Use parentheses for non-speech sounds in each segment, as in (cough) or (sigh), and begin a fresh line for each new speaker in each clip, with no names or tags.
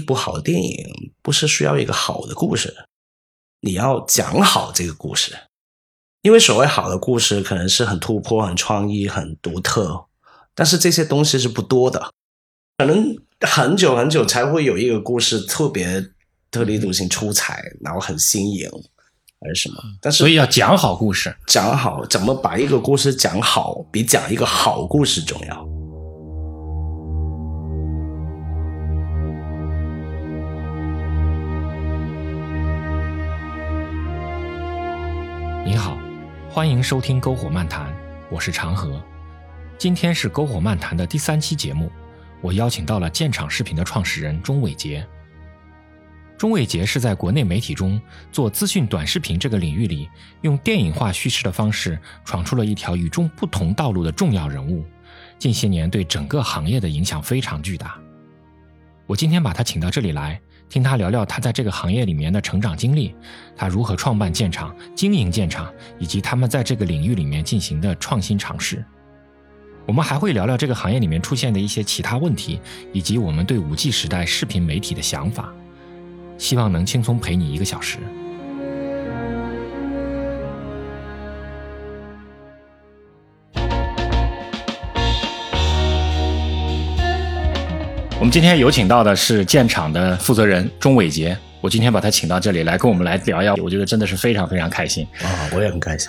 部好的电影，不是需要一个好的故事，你要讲好这个故事。因为所谓好的故事，可能是很突破、很创意、很独特，但是这些东西是不多的，可能很久很久才会有一个故事特别特立独行、出彩，然后很新颖，还是什么？但是
所以要讲好故事。
讲好怎么把一个故事讲好，比讲一个好故事重要。
您好，欢迎收听《篝火漫谈》，我是长河。今天是《篝火漫谈》的第三期节目，我邀请到了建厂视频的创始人钟伟杰。钟伟杰是在国内媒体中做资讯短视频这个领域里，用电影化叙事的方式闯出了一条与众不同道路的重要人物。近些年对整个行业的影响非常巨大。我今天把他请到这里来，听他聊聊他在这个行业里面的成长经历，他如何创办建厂、经营建厂，以及他们在这个领域里面进行的创新尝试。我们还会聊聊这个行业里面出现的一些其他问题，以及我们对 5G 时代视频媒体的想法。希望能轻松陪你一个小时。我们今天有请到的是建厂的负责人钟伟杰，我今天把他请到这里来跟我们来聊一聊，我觉得真的是非常非常开心。
啊，我也很开心。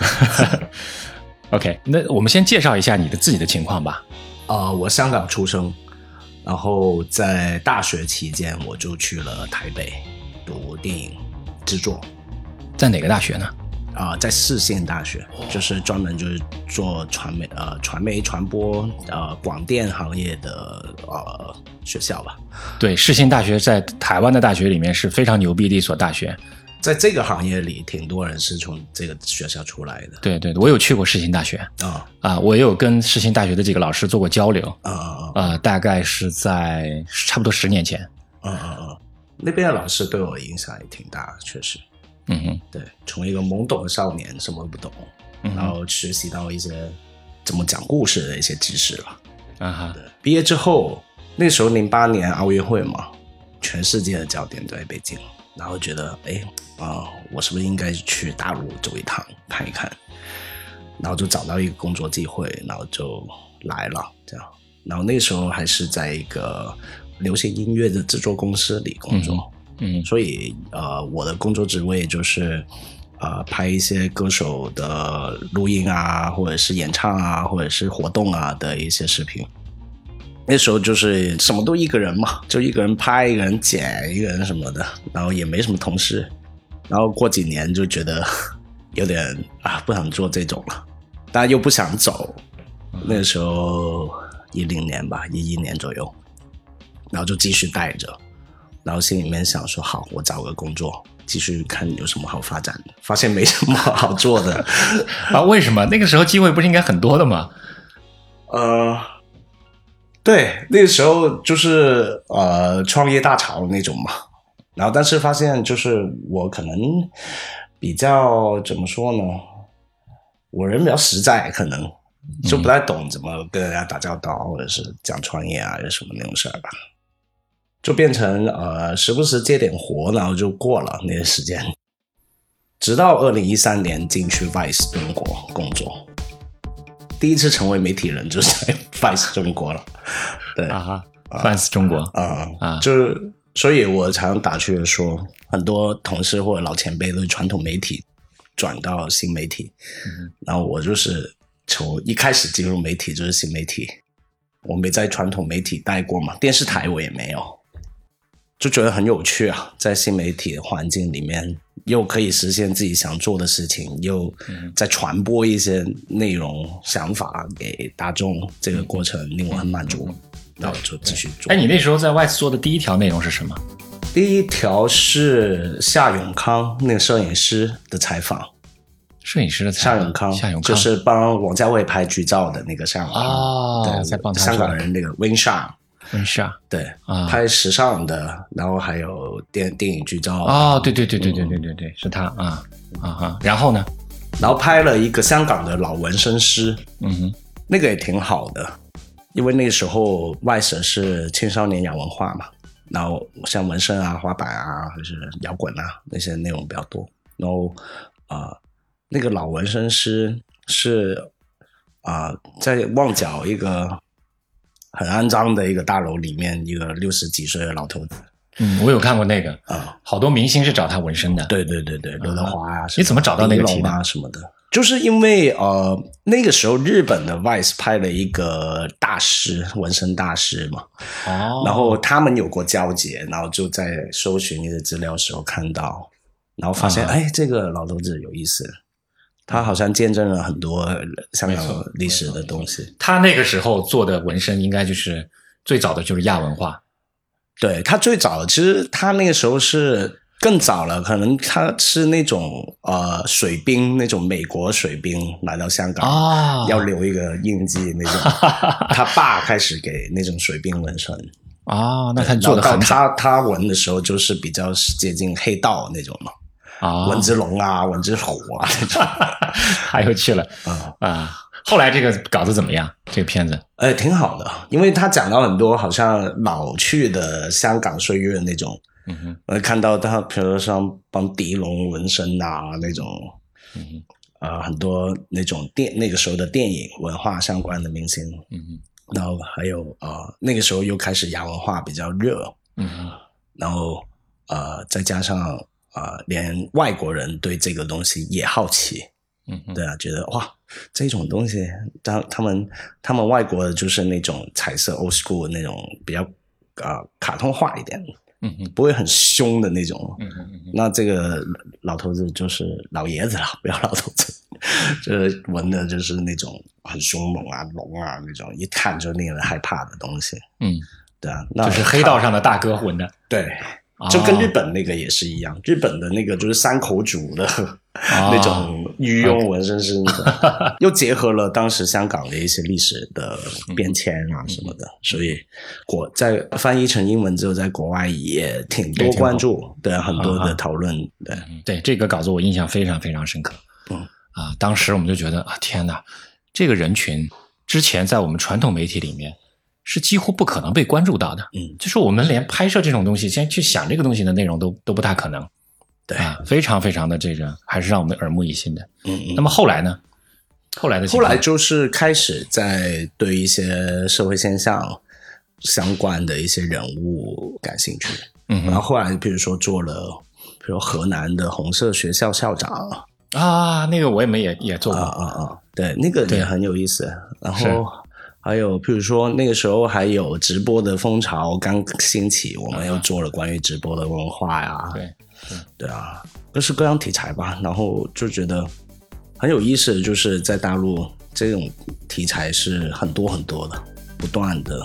OK，那我们先介绍一下你的自己的情况吧。
呃，我香港出生，然后在大学期间我就去了台北读电影制作
在哪个大学呢？
啊、在市县大学，就是专门就是做传媒呃传媒传播呃广电行业的呃学校吧。
对，世新大学在台湾的大学里面是非常牛逼的一所大学。
在这个行业里，挺多人是从这个学校出来的
对对，我有去过世新大学
啊
啊，我也有跟世新大学的几个老师做过交流。
啊啊
呃，大概是在差不多十年前。
啊啊啊！那边的老师对我影响也挺大，确实。
嗯哼，
对，从一个懵懂的少年，什么都不懂，
嗯
然
哼
后学习到一些怎么讲故事的一些知识了。
啊哈，
毕业之后，那时候零八年奥运会嘛，全世界的焦点都在北京，然后觉得，哎，啊、我是不是应该去大陆走一趟看一看？然后就找到一个工作机会，然后就来了，这样。然后那时候还是在一个流行音乐的制作公司里工作。
嗯
所以呃，我的工作职位就是呃，拍一些歌手的录音啊，或者是演唱啊，或者是活动啊的一些视频。那时候就是什么都一个人嘛，就一个人拍，一个人剪，一个人什么的，然后也没什么同事。然后过几年就觉得 (laughs) 有点啊，不想做这种了，但又不想走。那时候一零年吧，一一年左右，然后就继续带着。然后心里面想说，好，我找个工作，继续看有什么好发展的。发现没什么好做的，
啊，为什么那个时候机会不是应该很多的吗？
呃，对，那时候就是呃创业大潮那种嘛。然后，但是发现就是我可能比较怎么说呢？我人比较实在，可能就不太懂怎么跟人家打交道，或者是讲创业啊，还是什么那种事儿吧。就变成呃，时不时接点活，然后就过了那些时间。直到二零一三年进去 VICE 中国工作，第一次成为媒体人就是在 (laughs) VICE 中国了。对
啊哈，Fans 中国
啊、
啊
就是所以，我常打趣地说，很多同事或者老前辈都是传统媒体转到新媒体，
嗯
然后我就是从一开始进入媒体就是新媒体，我没在传统媒体待过嘛，电视台我也没有，就觉得很有趣啊，在新媒体的环境里面，又可以实现自己想做的事情，又
嗯
在传播一些内容想法给大众，这个过程令我很满足。然后就继续做。
嗯哎，你那时候在 Vice 做的第一条内容是什么？
第一条是夏永康那个摄影师的采访，
摄影师的
夏
采访
永康，
夏永康
就是帮王家卫拍《剧照》的那个夏永康，
哦，
对，
在帮他
香港人那个 Win Shot，
温莎
对，
嗯啊
拍时尚的，然后还有电电影剧照，
哦，对对对对
嗯
对对对对，是他啊啊哈，然后呢？
然后拍了一个香港的老纹身师，
嗯哼，
那个也挺好的，因为那时候外省是青少年亚文化嘛，然后像纹身啊、滑板啊，就是摇滚啊那些内容比较多。然后啊、呃那个老纹身师是啊、呃在旺角一个很肮脏的一个大楼里面，一个六十几岁的老头子
嗯，我有看过那个，
啊、
好多明星是找他纹身的。，
对对对对，刘德华啊，
你怎么找到那个题
龙
呢
啊什么的？就是因为呃，那个时候日本的 VICE 派了一个大师，纹身大师嘛，
哦，
然后他们有过交集，然后就在搜寻一些资料的时候看到，然后发现、
啊
哎，这个老头子有意思，他好像见证了很多香
没
港
错
历史的东西。
他那个时候做的纹身应该就是最早的就是亚文化，
对他最早，其实他那个时候是更早了，可能他是那种呃水兵，那种美国水兵来到香港，
啊
要留一个印记那
(laughs)
种。他爸开始给那种水兵纹身，
啊，那他做的
然后
很
到他
早
他纹的时候就是比较接近黑道那种嘛，
啊，
纹只龙啊，纹只虎啊那种。
太有趣了
啊，
啊！后来这个稿子怎么样？这个片子
哎，挺好的，因为他讲到很多好像老去的香港岁月那种，
嗯哼，
呃，看到他比如像帮狄龙纹身啊那种，
嗯哼，
呃，很多那种电那个时候的电影文化相关的明星，
嗯哼，
然后还有呃那个时候又开始亚文化比较热，
嗯哼，
然后呃，再加上呃，连外国人对这个东西也好奇，
嗯哼，
对啊，觉得哇，这种东西，他他们他们外国的就是那种彩色 old school 那种比较呃卡通化一点，
嗯哼，
不会很凶的那种。
嗯哼，嗯哼，
那这个老头子就是老爷子了，不要老头子， (laughs) 就是闻的就是那种很凶猛啊、龙啊那种，一看就令人害怕的东西。
嗯，
对啊，那
就是黑道上的大哥混的，
对，
啊
就跟日本那个也是一样，日本的那个就是山口组的、 (laughs) 那
啊
种御用纹身师那
(laughs)
种，又结合了当时香港的一些历史的变迁
嗯
啊什么的，所以国在翻译成英文之后，在国外也挺多
也挺
关注，对很多
啊
的
啊
讨论，对，
嗯对这个稿子我印象非常非常深刻。
嗯
啊，当时我们就觉得啊，天哪，这个人群之前在我们传统媒体里面是几乎不可能被关注到的。
嗯，
就是我们连拍摄这种东西，先去想这个东西的内容都都不大可能。
对
啊，非常非常的这个，还是让我们耳目一新的。
嗯嗯
那。么后来呢？后来的
后
情况
来就是开始在对一些社会现象相关的一些人物感兴趣，
嗯
然后
哼
后来比如说做了，比如河南的红色学校校长，
啊，那个我们也也做
啊
过，
啊啊！对，那个
对
也很有意思。然
是
后还有，譬如说那个时候还有直播的风潮刚兴起，我们又做了关于直播的文化呀、
对，
对啊，各式各样题材吧。然后就觉得很有意思，就是在大陆这种题材是很多很多的，不断的。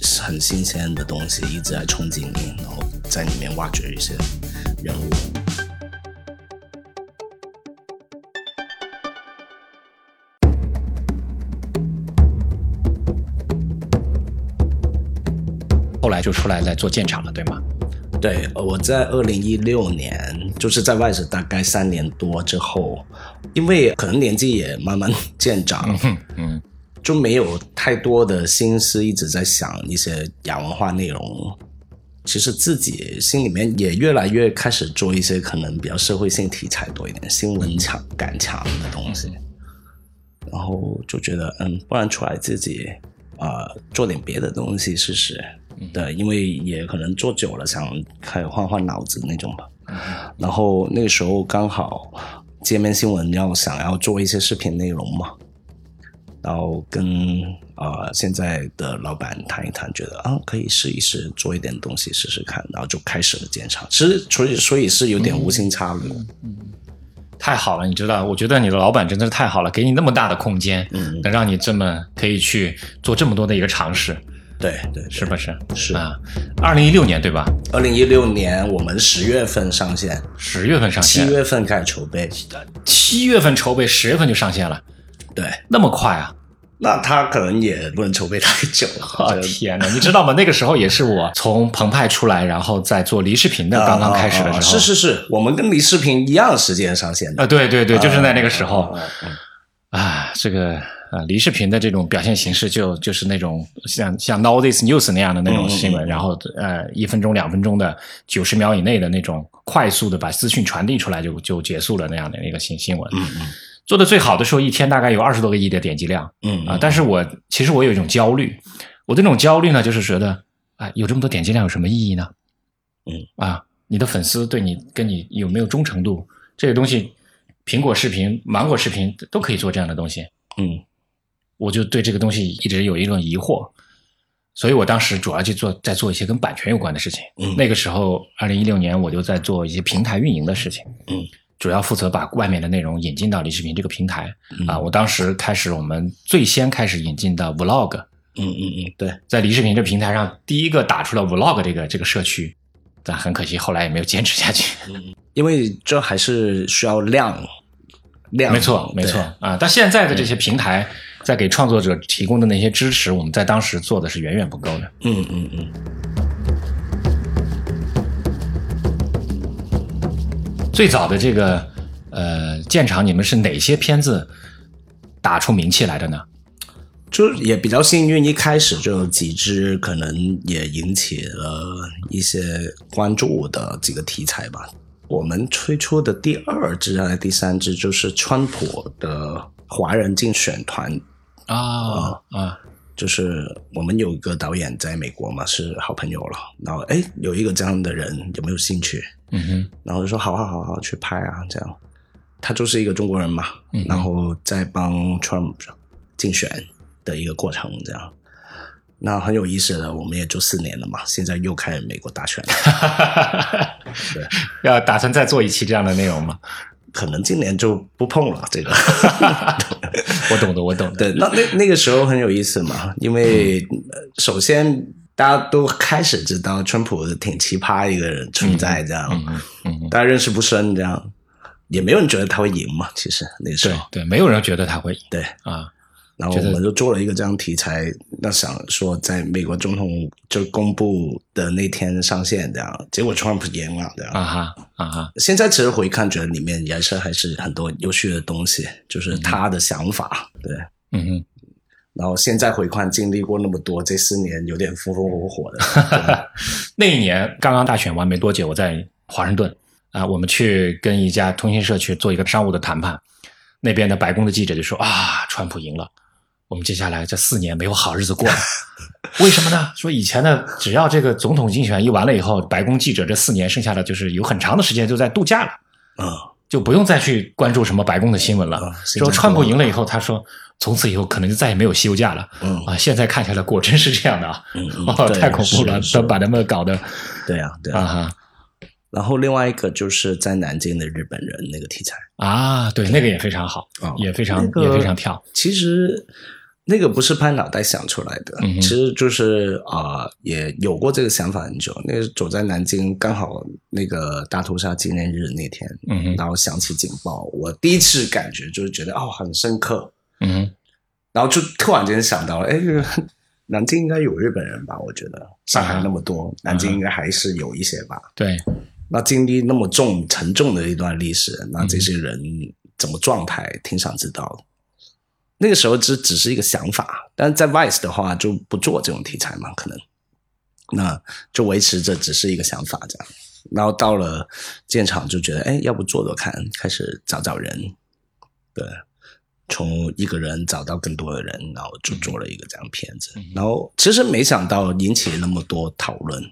是很新鲜的东西一直在冲击你，然后在里面挖掘一些人物。
后来就出来来做建厂了，对吗？
对，呃我在二零一六年，就是在外省大概三年多之后，因为可能年纪也慢 (laughs) 慢渐长，
哼，嗯
就没有太多的心思一直在想一些亚文化内容。其实自己心里面也越来越开始做一些可能比较社会性题材多一点、新闻强感强的东西，
嗯
然后就觉得嗯，不然出来自己啊、呃做点别的东西试试
嗯。
对，因为也可能做久了，想开始换换脑子那种吧。
嗯哼
然后那个时候刚好界面新闻要想要做一些视频内容嘛，然后跟呃现在的老板谈一谈，觉得啊可以试一试做一点东西试试看，然后就开始了建厂。其实所以所以是有点无心插柳，
太好了，你知道，我觉得你的老板真的是太好了，给你那么大的空间，
嗯，
能让你这么可以去做这么多的一个尝试，
对对
是不是？
是
啊，二零一六年对吧？
二零一六年我们十月份上线，
十月份上
七
线，
月份开始筹备，
七月份筹备，十月份就上线了，
对，
那么快啊！
那他可能也不能筹备太久，
啊
就
天哪，你知道吗？那个时候也是我从澎湃出来，然后在做离视频的，刚刚开始的时候，
啊是是是，我们跟李视频一样时间上线的啊
啊，。对对对，就是在那个时候
啊啊啊
啊，这个啊、黎世平的这种表现形式就就是那种像像 Now This News 那样的那种新闻，
嗯嗯嗯
然后呃一分钟两分钟的九十秒以内的那种快速的把资讯传递出来就就结束了那样的一个新新闻。
嗯嗯
做的最好的时候，一天大概有二十多个亿的点击量
嗯
啊、但是我其实我有一种焦虑，我这种焦虑呢，就是觉得啊、有这么多点击量有什么意义呢？
嗯
啊，你的粉丝对你跟你有没有忠诚度，这个东西，苹果视频、芒果视频都可以做这样的东西。
嗯
我就对这个东西一直有一种疑惑，所以我当时主要去做在做一些跟版权有关的事情。
嗯
那个时候，二零一六年我就在做一些平台运营的事情，
嗯，
主要负责把外面的内容引进到李视频这个平台、
嗯
啊。我当时开始，我们最先开始引进的 Vlog，
嗯嗯嗯，对，
在李视频这平台上第一个打出了 Vlog 这个这个社区，但很可惜后来也没有坚持下
(laughs)
去。
因为这还是需要量，量，
没错，没
对
错，啊！但现在的这些平台在给创作者提供的那些支持，我们在当时做的是远远不够的。
嗯嗯嗯。
最早的这个呃建厂，你们是哪些片子打出名气来的呢？
就也比较幸运，一开始就有几支可能也引起了一些关注的几个题材吧。我们推出的第二支还是第三支，就是川普的华人竞选团，
啊、啊，
就是我们有一个导演在美国嘛，是好朋友了。然后哎，有一个这样的人，有没有兴趣？
嗯哼， (laughs)
然后就说好好好好去拍啊，这样。他就是一个中国人嘛，
嗯
然后在帮 Trump 竞选的一个过程，这样。那很有意思的，我们也就四年了嘛，现在又开美国大选了，
要打算再做一期这样的内容吗？
可能今年就不碰了
(laughs)
这个。
我懂的，我懂的。
对，那那那个时候很有意思嘛，因为
嗯
呃首先大家都开始知道川普挺奇葩一个人存在这样，
嗯嗯嗯嗯，
大家认识不深这样，也没有人觉得他会赢嘛，其实那个时
对
候
对，没有人觉得他会赢
对。
啊。
然后
觉
我
得
们就做了一个这样题材，那想说在美国总统就公布的那天上线这样，结果 Trump 赢了这样。
啊哈啊哈，
现在其实回看，觉得里面也是还是很多有趣的东西，就是他的想法、对。
嗯哼，
然后现在回看，经历过那么多，这四年有点风风火火的。
那一年刚刚大选完没多久，我在华盛顿啊，我们去跟一家通讯社去做一个商务的谈判，那边的白宫的记者就说啊，川普赢了，我们接下来这四年没有好日子过了。 (laughs) 为什么呢？说以前呢，只要这个总统竞选一完了以后，白宫记者这四年剩下的就是有很长的时间就在度假了。
嗯
就不用再去关注什么白宫的新闻了
啊。新
说
加坡
川普赢了以后，他说从此以后可能就再也没有休假了。
嗯
啊，现在看起来果真是这样的啊，
嗯嗯
哦，
对
太恐怖了，
是
都
是
把他们搞得
对啊对
啊
啊。
哈
然后另外一个就是在南京的日本人那个题材，
啊，对，那个也非常好，
啊
也非常
那个
也非常跳，
其实那个不是拍脑袋想出来的，
嗯哼
其实就是啊、呃也有过这个想法很久。那个走在南京，刚好那个大屠杀纪念日那天，
嗯哼
然后响起警报，我第一次感觉就是觉得哦很深刻，
嗯哼
然后就突然间想到了，哎。这 (laughs) 个南京应该有日本人吧？我觉得上海那么
啊
多，南京应该还是有一些吧。
对，
那经历那么重沉重的一段历史，那
嗯
这些人怎么状态，挺想知道的。那个时候只只是一个想法，但是在 Vice 的话就不做这种题材嘛，可能，那就维持着只是一个想法这样。然后到了建厂就觉得，哎，要不做做看，开始找找人，对，从一个人找到更多的人，然后就做了一个这样片子。然后其实没想到引起那么多讨论，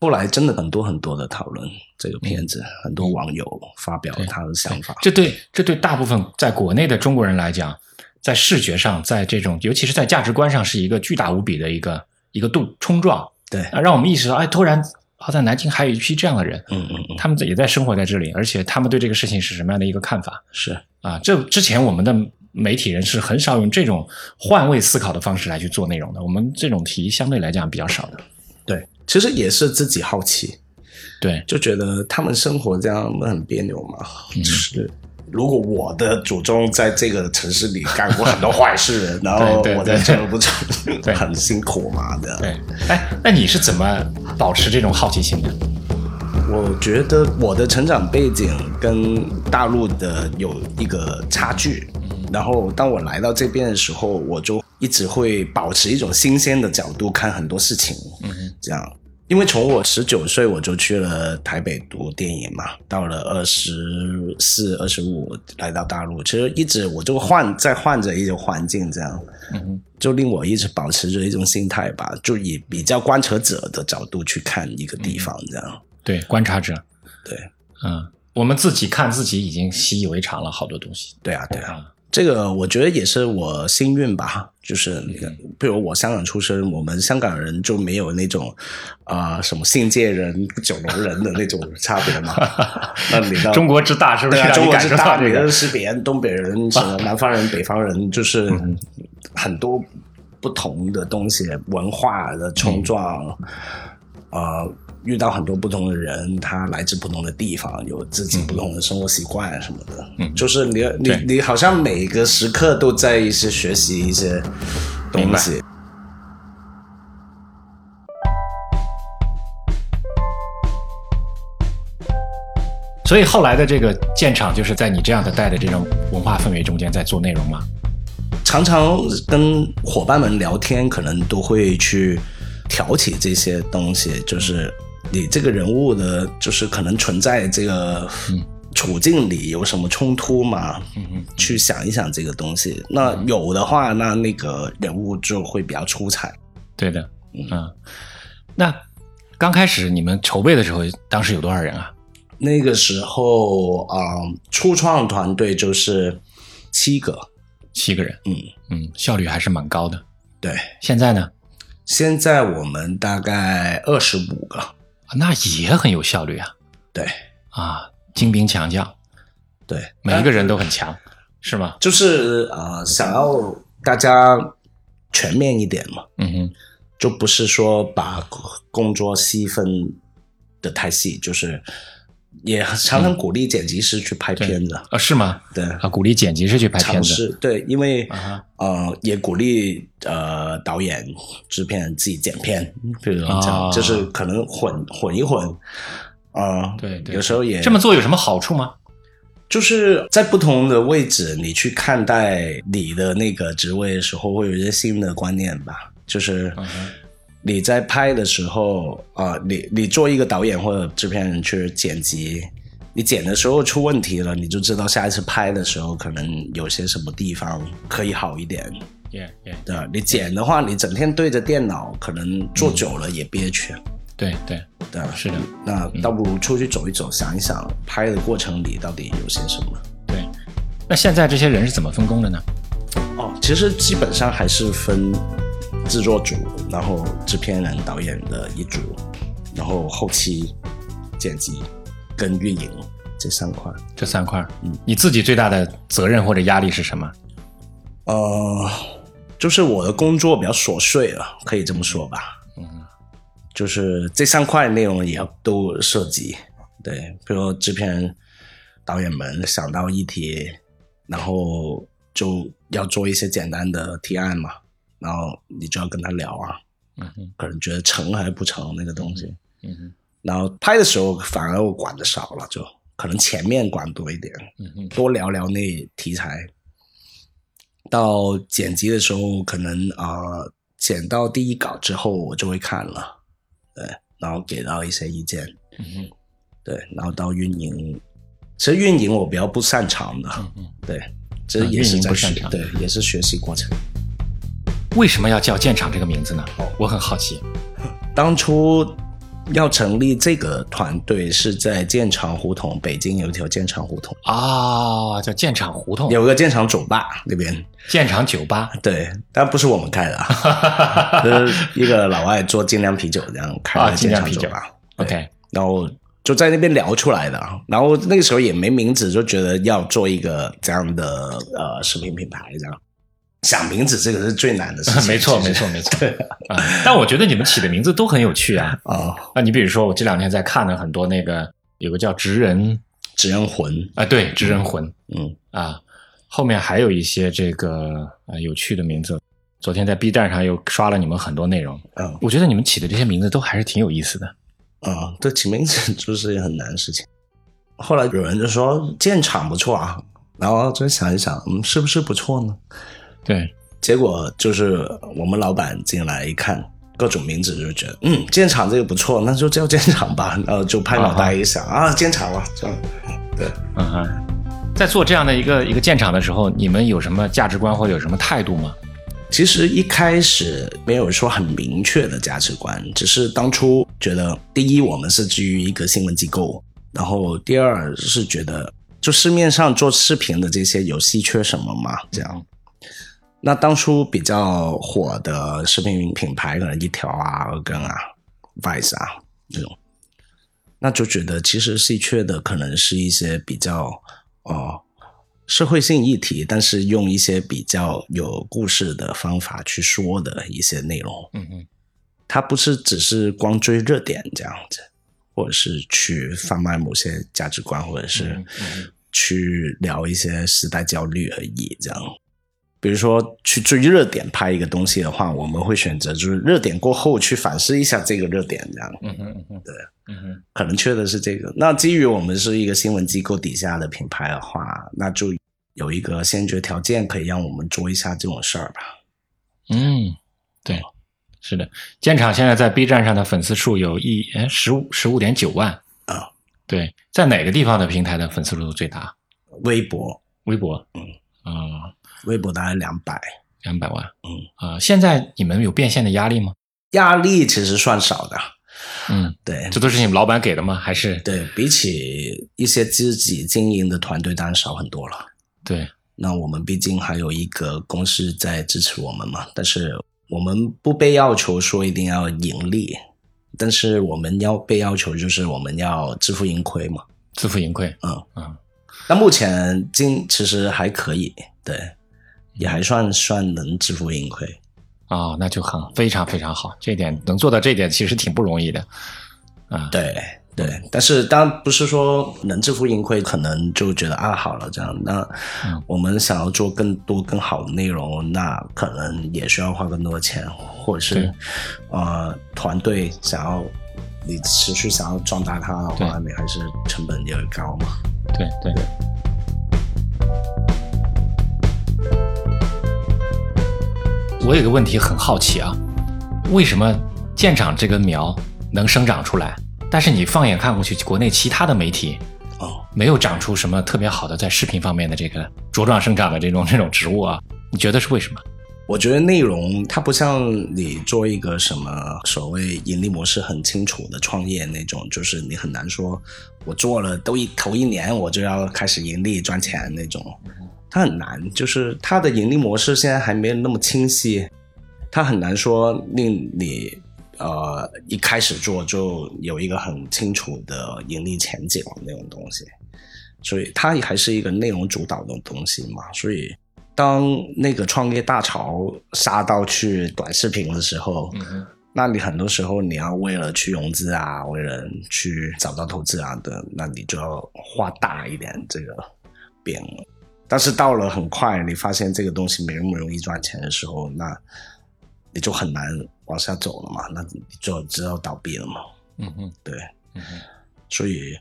后来真的很多很多的讨论这个片子，很多网友发表了他的想法。
这对这对大部分在国内的中国人来讲，在视觉上，在这种尤其是在价值观上，是一个巨大无比的一个一个度冲撞
对，
啊，让我们意识到，哎，突然好在南京还有一批这样的人，
嗯嗯嗯，
他们也在生活在这里，而且他们对这个事情是什么样的一个看法
是，
啊？这之前我们的媒体人是很少用这种换位思考的方式来去做内容的，我们这种题相对来讲比较少的。
对，其实也是自己好奇，
对，嗯
就觉得他们生活这样很别扭嘛。就是如果我的祖宗在这个城市里干过很多坏事，然后
(laughs) 对对
我在这儿不就
对
很辛苦嘛的。
对，哎，那你是怎么保持这种好奇心的？
我觉得我的成长背景跟大陆的有一个差距，然后当我来到这边的时候，我就一直会保持一种新鲜的角度看很多事情，
嗯哼，
这样。因为从我十九岁我就去了台北读电影嘛，到了二十四、二十五来到大陆，其实一直我就换在换着一种环境，这样
嗯哼，
就令我一直保持着一种心态吧，就以比较观察者的角度去看一个地方，这样。
对，观察者，
对，
嗯，我们自己看自己已经习以为常了，好多东西
对啊，对啊。
啊，
这个我觉得也是我幸运吧，就是比如我香港出生，我们香港人就没有那种啊、什么信界人、九龙人的那种差别嘛。那你到
中国之大是不
嗯
是
对啊，
让
中
你
国
感
是
受到
大，
这
别
个
人？是别人，东北
(laughs)
人、什么南方人、北方人，就是
嗯
很多不同的东西，文化的冲撞，
嗯
呃，遇到很多不同的人，他来自不同的地方，有自己不同的生活习惯什么的，
嗯
就是你
对
你你好像每个时刻都在一些学习一些
明
东
白
西，
所以后来的这个建厂，就是在你这样的带的这种文化氛围中间在做内容嘛？
常常跟伙伴们聊天，可能都会去挑起这些东西，就是你这个人物的，就是可能存在这个
嗯
处境里有什么冲突嘛？
嗯嗯，
去想一想这个东西。那有的话，那那个人物就会比较出彩。
对的，嗯，那刚开始你们筹备的时候，当时有多少人啊？
那个时候啊、初创团队就是七个，
七个人，
嗯，
嗯，效率还是蛮高的。
对。
现在呢，
现在我们大概二十五个，
啊那也很有效率啊，
对
啊，精兵强将，
对，
每一个人都很强， (laughs) 是吗？
就是啊、呃想要大家全面一点嘛，
嗯哼，
就不是说把工作细分的太细，就是也常
嗯
常鼓励剪辑师去拍片子，
啊，是吗？
对，
啊，鼓励剪辑师去拍片
尝
子，
试对，因为、
啊哈
呃也鼓励呃导演、制片人自己剪片，比如这样，
啊
就是可能混混一混。啊、
对对
有时候也
这么做有什么好处吗？
就是在不同的位置，你去看待你的那个职位的时候，会有一些新的观念吧。就是
嗯哼
你在拍的时候啊、你你做一个导演或者制片人去剪辑，你剪的时候出问题了，你就知道下一次拍的时候可能有些什么地方可以好一点。
也也
对吧，你剪的话，你整天对着电脑，可能坐久了也憋屈。
对对，
对吧，
是的，
那倒不如出去走一走，想一想拍的过程里到底有些什么。
对。那现在这些人是怎么分工的呢？
哦，其实基本上还是分制作组，然后制片人、导演的一组，然后后期、剪辑跟运营这三块。
这三块儿
嗯，
你自己最大的责任或者压力是什么？
呃，就是我的工作比较琐碎了，可以这么说吧。
嗯，
就是这三块内容也要都涉及。对，比如说制片人、导演们想到议题，然后就要做一些简单的提案嘛，然后你就要跟他聊啊。
嗯哼，
可能觉得成还是不成那个东西。
嗯哼，
然后拍的时候反而我管的少了，就可能前面管多一点，
嗯哼，
多聊聊那题材。到剪辑的时候，可能啊、呃剪到第一稿之后，我就会看了，对，然后给到一些意见，
嗯哼，
对，然后到运营，其实运营我比较不擅长的，
嗯哼。啊
对，这也是
运营
在
不擅
学，
长
对，也是学习过程。
为什么要叫建厂这个名字呢？我很好奇。
当初要成立这个团队是在建厂胡同，北京有一条建厂胡同，
啊，叫建厂胡同，
有个建厂酒吧那边，
建厂酒 (laughs) 吧，
对，但不是我们开的
(laughs)
啊，就是一个老外做精酿啤酒这样开
啊
的建
精酿
厂
啤酒
酒吧，
OK，
然后就在那边聊出来的啊，然后那个时候也没名字，就觉得要做一个这样的呃食品品牌这样。想名字这个是最难的事情，
(laughs) (laughs) 没错，
其实
没错，没错。啊，但我觉得你们起的名字都很有趣啊。
啊，
那你比如说，我这两天在看了很多那个有个叫“职人
只人魂，”
啊，对，“职人魂
嗯，”
啊，后面还有一些这个啊有趣的名字。昨天在 B 站上又刷了你们很多内容，
嗯
我觉得你们起的这些名字都还是挺有意思的。
啊、 (laughs) 对，起名字就是很难的事情。后来有人就说建厂不错啊，然后就想一想，嗯，是不是不错呢？
对，
结果就是我们老板进来一看，各种名字就觉得，嗯，建厂这个不错，那就叫建厂吧。然后就拍脑袋一想啊，建厂了，这样。
嗯哼。在做这样的一个一个建厂的时候，你们有什么价值观或者有什么态度吗？
其实一开始没有说很明确的价值观，只是当初觉得，第一，我们是基于一个新闻机构，然后第二是觉得，就市面上做视频的这些有稀缺什么嘛，这样。那当初比较火的视频品牌，可能一条啊、二更啊、Vice 啊这种，那就觉得其实稀缺的可能是一些比较呃社会性议题，但是用一些比较有故事的方法去说的一些内容。
嗯嗯
它不是只是光追热点这样子，或者是去贩卖某些价值观，或者是
嗯嗯
去聊一些时代焦虑而已。这样，比如说去追热点拍一个东西的话，我们会选择就是热点过后去反思一下这个热点，这样
嗯哼嗯哼，
对，
嗯哼
可能缺的是这个。那基于我们是一个新闻机构底下的品牌的话，那就有一个先决条件可以让我们做一下这种事儿吧。
嗯，对，是的。建厂现在在 B 站上的粉丝数有一哎十五十五点九万
啊，
对，在哪个地方的平台的粉丝数最大？
微博，
微博，
嗯
啊，
微博大概两百。
两百万，
嗯
啊，现在你们有变现的压力吗？
压力其实算少的，
嗯，
对
这都是你们老板给的吗？还是
对，比起一些自己经营的团队，当然少很多了。
对，
那我们毕竟还有一个公司在支持我们嘛，但是我们不被要求说一定要盈利，但是我们要被要求就是我们要自负盈亏嘛。
自负盈亏？
嗯
嗯，
那目前经其实还可以，对，也还算算能自负盈亏。
哦，那就很非常非常好，这一点能做到这一点其实挺不容易的，啊，
对对，但是当然不是说能自负盈亏，可能就觉得啊好了这样。那
嗯
我们想要做更多更好的内容，那可能也需要花更多的钱，或者是
对
呃团队想要你持续想要壮大它的话，你还是成本也高嘛。
对对。我有个问题很好奇啊，为什么建厂这根苗能生长出来，但是你放眼看过去，国内其他的媒体
哦，
没有长出什么特别好的在视频方面的这个茁壮生长的这种这种植物啊？你觉得是为什么？
我觉得内容它不像你做一个什么所谓盈利模式很清楚的创业那种，就是你很难说，我做了都一头一年我就要开始盈利赚钱那种，它很难，就是它的盈利模式现在还没有那么清晰，它很难说令你呃一开始做就有一个很清楚的盈利前景那种东西，所以它还是一个内容主导的东西嘛，所以。当那个创业大潮杀到去短视频的时候，
嗯哼，
那你很多时候你要为了去融资啊，为了去找到投资啊的，那你就要画大一点这个饼。但是到了很快，你发现这个东西没那么容易赚钱的时候，那你就很难往下走了嘛，那你就只有倒闭了嘛。
嗯哼，
对，
嗯哼，
所以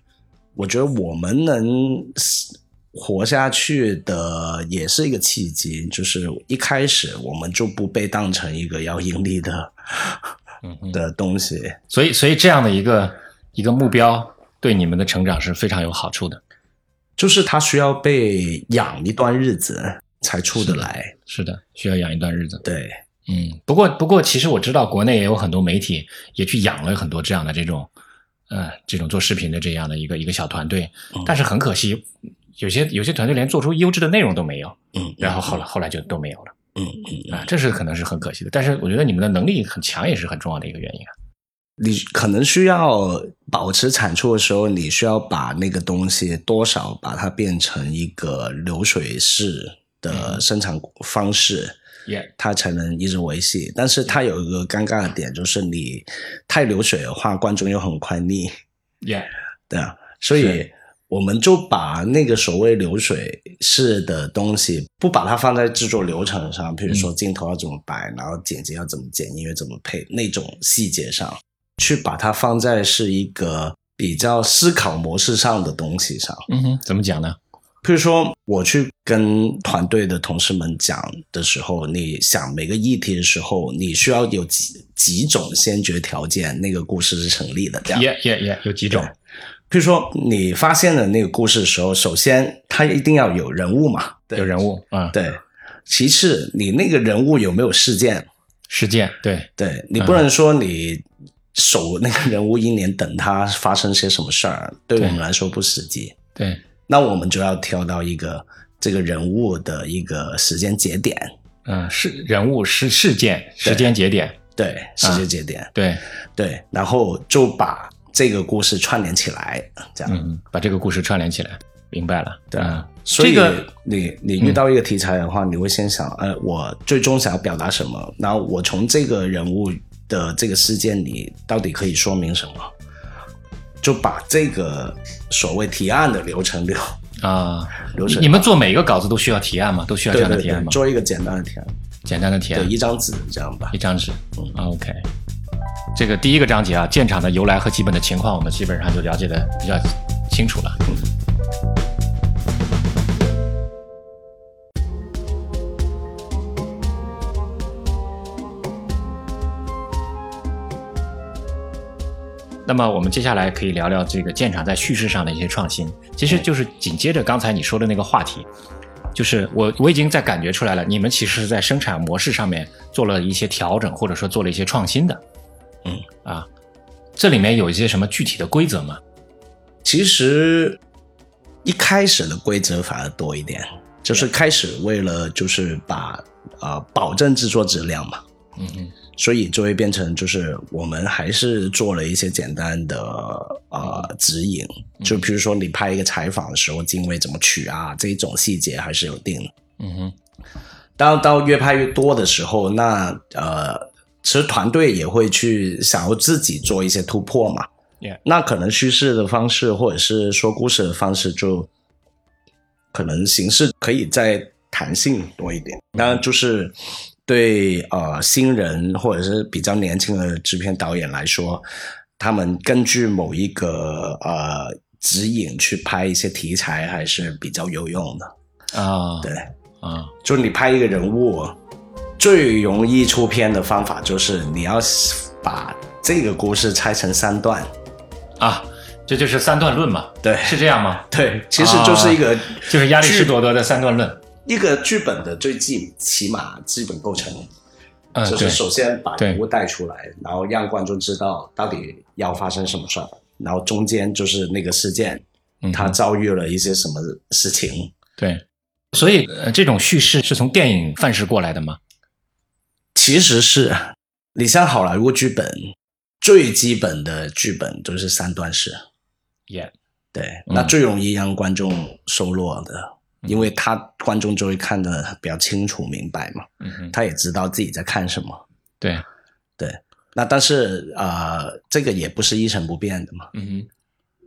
我觉得我们能呃活下去的也是一个契机，就是一开始我们就不被当成一个要盈利的 (laughs)
嗯哼。
的东西。
所以，所以这样的一个一个目标对你们的成长是非常有好处的。
就是它需要被养一段日子才出得来，
是的，需要养一段日子。
对，
嗯，不过不过，其实我知道国内也有很多媒体也去养了很多这样的这种，呃，这种做视频的这样的一个一个小团队
嗯，
但是很可惜，有些有些团队连做出优质的内容都没有，
嗯，
然后后来后来就都没有了
嗯嗯，
啊，这是可能是很可惜的。但是我觉得你们的能力很强也是很重要的一个原因啊。
你可能需要保持产出的时候，你需要把那个东西多少把它变成一个流水式的生产方式。
也
它才能一直维系。但是它有一个尴尬的点，就是你太流水的话，观众又很快腻，
也
对啊。所以
是
我们就把那个所谓流水式的东西，不把它放在制作流程上，比如说镜头要怎么摆，然后剪辑要怎么剪，音乐怎么配那种细节上，去把它放在是一个比较思考模式上的东西上。
嗯哼，怎么讲呢？
譬如说，我去跟团队的同事们讲的时候，你想每个议题的时候，你需要有几几种先决条件，那个故事是成立的。这样，
也也也有几种，
譬如说，你发现了那个故事的时候，首先它一定要有人物嘛，对
有人物啊，
对。其次，你那个人物有没有事件？
事件对，
对你不能说你守那个人物一年，等他发生些什么事儿，对我们
对
来说不实际。
对，
那我们就要挑到一个这个人物的一个时间节点，
嗯，是人物事事件时间节点，
对，时间节点，
对，
对，然后就把这个故事串联起来，这样。
嗯，把这个故事串联起来，明白了，
对
啊，
所以
这个嗯
你你遇到一个题材的话，你会先想，呃，我最终想要表达什么？然后我从这个人物的这个事件里，到底可以说明什么？就把这个所谓提案的流程流
(laughs) 啊，
流程，
你们做每个稿子都需要提案吗？都需要这
对
样的
对
提案
对，
吗？
做一个简单的提案，
简单的提
对，
案，
一张纸这样吧
一。张纸啊
嗯
，OK。这个第一个章节啊，建厂的由来和基本的情况，我们基本上就了解的比较清楚了。
嗯
那么我们接下来可以聊聊这个建厂在叙事上的一些创新，其
嗯
实就是紧接着刚才你说的那个话题，就是我我已经在感觉出来了，你们其实是在生产模式上面做了一些调整，或者说做了一些创新的。
嗯
啊，这里面有一些什么具体的规则吗？
其实一开始的规则反而多一点，就是开始为了就是把呃保证制作质量嘛，
嗯嗯
所以就会变成就是我们还是做了一些简单的呃指引，就比如说你拍一个采访的时候，定位怎么取啊，这一种细节还是有定的。
嗯哼
当到越拍越多的时候，那呃，其实团队也会去想要自己做一些突破嘛。
Yeah
那可能叙事的方式或者是说故事的方式就，可能形式可以再弹性多一点。当然，就是对呃新人或者是比较年轻的制片导演来说，他们根据某一个呃指引去拍一些题材还是比较有用的。
啊
对。
啊
就是你拍一个人物，最容易出片的方法就是你要把这个故事拆成三段。
啊，这就是三段论嘛，
对
是这样吗？
(laughs) 对，其实就是一个、
就是亚里士多德的三段论。
一个剧本的最基起码基本构成，
嗯，
就是
对
首先把
对
人物带出来，然后让观众知道到底要发生什么事儿，然后中间就是那个事件，
嗯
他遭遇了一些什么事情。
对，所以、呃、这种叙事是从电影范式过来的吗？
其实是你像好莱坞剧本最基本的剧本都是三段式。
也
对，
嗯
那最容易让观众收落的，因为他观众就会看得比较清楚明白嘛，
嗯哼，
他也知道自己在看什么。
对，
那但是呃，这个也不是一成不变的嘛，
嗯哼，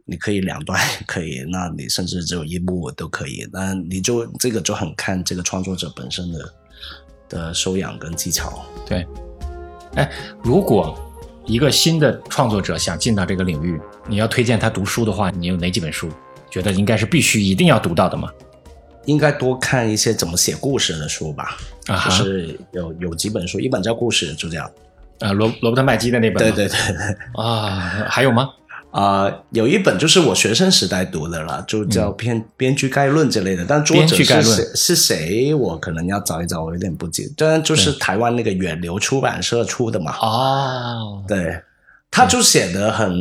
你可以两段 (laughs) 可以，那你甚至只有一幕都可以，那你就这个就很看这个创作者本身的的修养跟技巧。
如果一个新的创作者想进到这个领域，你要推荐他读书的话，你有哪几本书觉得应该是必须一定要读到的吗？
应该多看一些怎么写故事的书吧，
啊
就
哈，
是有有几本书，一本叫《故事》，就这样。
呃，罗罗伯特麦基的那本吗，
对对对对。
啊，还有吗？
啊、有一本就是我学生时代读的了，就叫编、编剧概论之类的，但作者
嗯编剧概
是
论
谁是谁，我可能要找一找，我有点不记。当然就是台湾那个远流出版社出的嘛，
哦，
对，他就写的很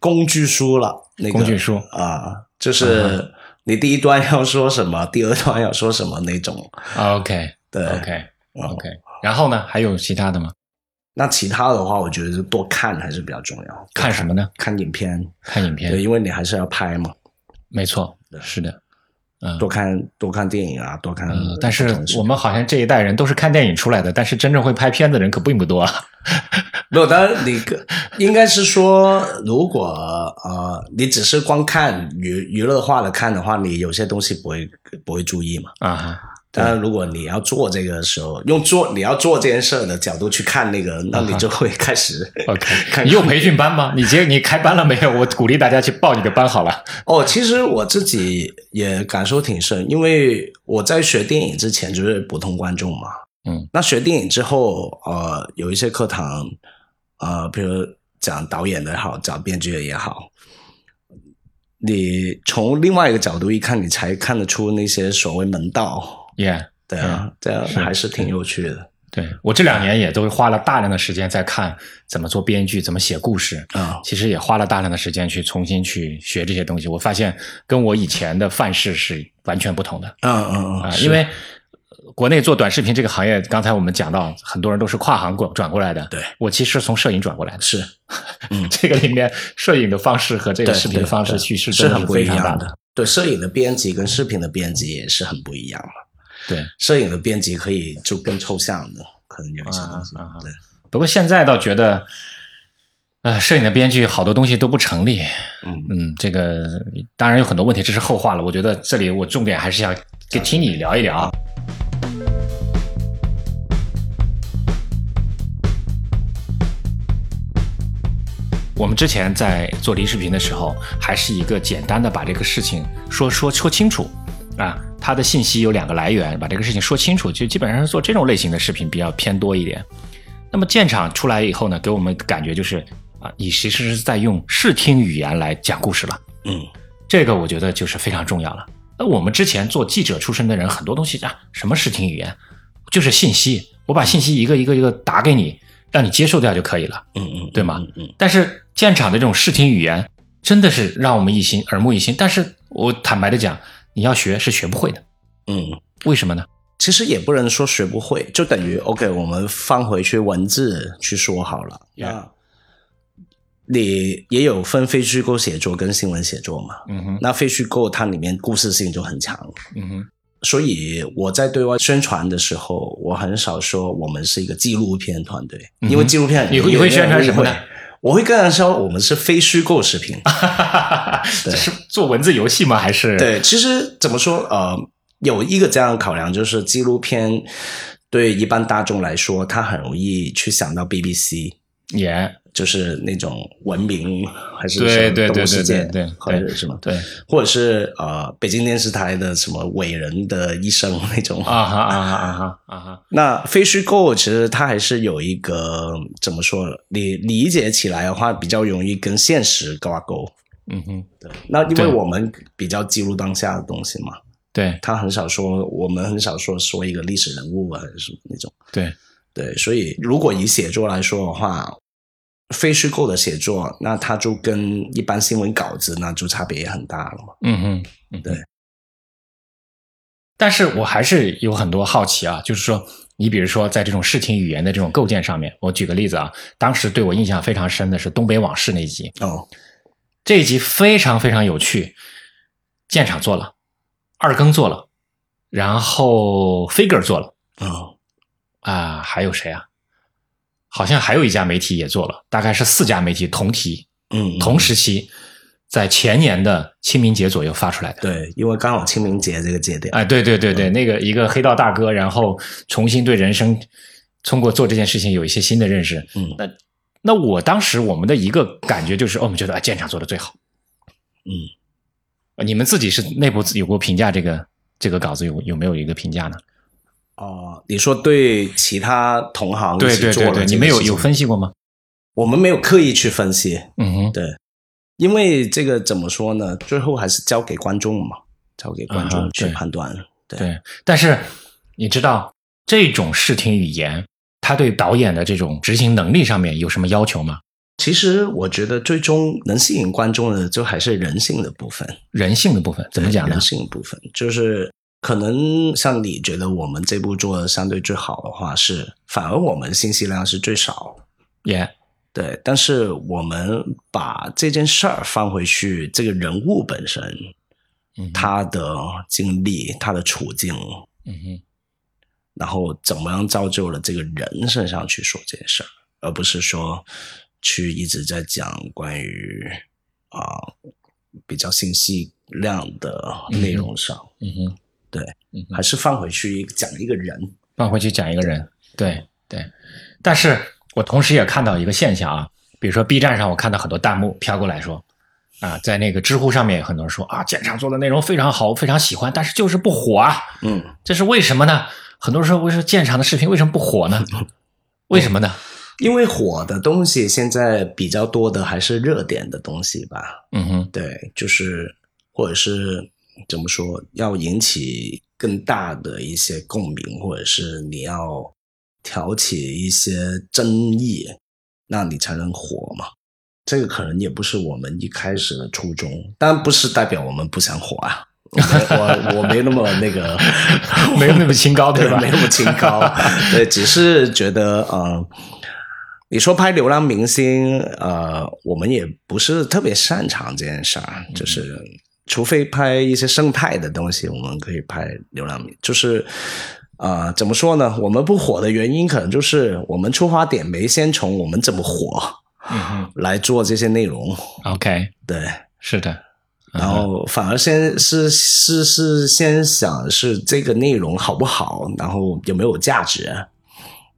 工具书了，那个
工具书
啊、就是你第一段要说什么，第二段要说什么那种，
啊，OK
对
OK
嗯
OK，然后呢，还有其他的吗？
那其他的话，我觉得就多看还是比较重要，
看什么呢？
看影片，
看影片
对，，因为你还是要拍嘛，
没错，是的，嗯
多。看多看电影啊，多看不同的视
呃
频。
但是我们好像这一代人都是看电影出来的，但是真正会拍片的人可并不多啊。
(laughs) 没有，当然你个应该是说，如果呃你只是光看娱娱乐化的看的话，你有些东西不会不会注意嘛。
啊哈，
当然，如果你要做这个时候，用做你要做这件事儿的角度去看那个，
嗯
那你就会开始 (laughs)
OK，你有培训班吗？你接你开班了没有？我鼓励大家去报你的班好了。
哦，其实我自己也感受挺深，因为我在学电影之前就是普通观众嘛。
嗯，
那学电影之后，呃，有一些课堂，呃，比如讲导演的也好，讲编剧的也好，你从另外一个角度一看，你才看得出那些所谓门道。
Yeah，
对啊，这样
嗯是
还是挺有趣的
对我这两年也都花了大量的时间在看怎么做编剧，怎么写故事。
啊。
其实也花了大量的时间去重新去学这些东西。我发现跟我以前的范式是完全不同的
嗯嗯
啊、
嗯，
因为呃国内做短视频这个行业，刚才我们讲到，很多人都是跨行过转过来的。
对
我其实从摄影转过来的，
是嗯
这个里面摄影的方式和这个
对
视频的
对
方式
对
去是
是
真的
很
不
不一
一样
样。的。对，摄影的编辑跟视频的编辑也是很不一样嘛。
对，
摄影的编辑可以就更抽象的，可能有一些东西。
啊啊啊
对，
不过现在倒觉得，呃，摄影的编剧好多东西都不成立。
嗯
嗯，这个当然有很多问题，这是后话了。我觉得这里我重点还是想跟听你聊一聊啊。我们之前在做离视频的时候，还是一个简单的把这个事情说说说清楚啊，它的信息有两个来源，把这个事情说清楚，就基本上是做这种类型的视频比较偏多一点。那么建厂出来以后呢，给我们感觉就是啊，你其实是在用视听语言来讲故事了，
嗯
这个我觉得就是非常重要了。那我们之前做记者出身的人，很多东西啊，什么视听语言，就是信息，我把信息一个一个一个打给你，让你接受掉就可以了。
嗯嗯，
对吗
嗯嗯
但是建厂的这种视听语言，真的是让我们一新，耳目一新。但是我坦白的讲，你要学是学不会的，
嗯，
为什么呢？
其实也不能说学不会，就等于 OK，我们放回去文字去说好了。
Yeah
那你也有分非虚构写作跟新闻写作嘛？
嗯哼，
那非虚构它里面故事性就很强，
嗯哼，
所以我在对外宣传的时候，我很少说我们是一个纪录片团队，
嗯哼
因为纪录片
你会你会宣传什么呢？
我会跟人说我们是非虚构视频。
(laughs) 这是做文字游戏吗？还是
对，其实怎么说，呃，有一个这样的考量，就是纪录片对一般大众来说，他很容易去想到 BBC，
也
就是那种文明还是
对
什么
对对
动物世界，
对对对对
或者是什么，
对
或者是呃北京电视台的什么伟人的一生那种
啊哈啊哈啊哈啊哈，
那非虚构其实它还是有一个怎么说，你理解起来的话比较容易跟现实挂钩。
嗯哼，
那因
对
为我们比较记录当下的东西嘛，
对
他很少说，我们很少说说一个历史人物啊，还是什么那种。
对，
对，所以如果以写作来说的话，非虚构的写作，那它就跟一般新闻稿子那就差别也很大了嘛。
嗯哼，嗯
对。
但是我还是有很多好奇啊，就是说，你比如说在这种视听语言的这种构建上面，我举个例子啊，当时对我印象非常深的是东北往事那一集，
哦，
这一集非常非常有趣，建厂做了，二更做了，然后 Figure 做了
哦，
啊，还有谁啊？好像还有一家媒体也做了，大概是四家媒体同题
嗯，
同时期，在前年的清明节左右发出来的。
对，嗯因为刚好清明节这个节点，
哎，对对对对，那个一个黑道大哥，然后重新对人生通过做这件事情有一些新的认识。
嗯
那那我当时我们的一个感觉就是，哦，我们觉得啊，建厂做的最好。
嗯
呃，你们自己是内部有过评价这个这个稿子有有没有一个评价呢？
哦，你说对其他同行一
对
起
对
做
对
了这
对，你
个
们有
事情
有分析过吗？
我们没有刻意去分析，
嗯哼，
因为这个怎么说呢？最后还是交给观众嘛，交给观
啊
众
哈
去
对
判断。对
对，但是你知道这种视听语言，它对导演的这种执行能力上面有什么要求吗？
其实我觉得最终能吸引观众的，就还是人性的部分。
人性的部分怎么讲呢
人？性的部分就是可能像你觉得我们这部做的相对最好的话是，反而我们信息量是最少。
也、
对，但是我们把这件事儿放回去，这个人物本身，
嗯哼
他的经历、他的处境，
嗯哼。
然后怎么样造就了这个人身上去说这件事儿，而不是说去一直在讲关于啊、比较信息量的内容上。
嗯哼，
对，
嗯哼
还是放回去讲一个人，
放回去讲一个人，对对。但是我同时也看到一个现象啊，比如说 B 站上我看到很多弹幕飘过来说，啊，在那个知乎上面有很多人说啊，检查做的内容非常好，我非常喜欢，但是就是不火啊，
嗯，
这是为什么呢？很多人说，为什么建厂的视频为什么不火
(laughs)
呢？为什么呢？
因为火的东西现在比较多的还是热点的东西吧，
嗯哼，，
对，就是或者是怎么说，要引起更大的一些共鸣，或者是你要挑起一些争议，那你才能火嘛。这个可能也不是我们一开始的初衷，当然不是代表我们不想火啊。我没我我没那么那个
没有那么清高，
对 (laughs)
吧？
没那么清高，对，只是觉得呃，你说拍流浪明星，呃，我们也不是特别擅长这件事儿，就是。除非拍一些生态的东西，我们可以拍流浪明，就是，呃，怎么说呢？我们不火的原因，可能就是我们出发点没先从我们怎么火
嗯哼
来做这些内容，
，OK，
对，
是的，
然后反而先是是是先想是这个内容好不好，然后有没有价值，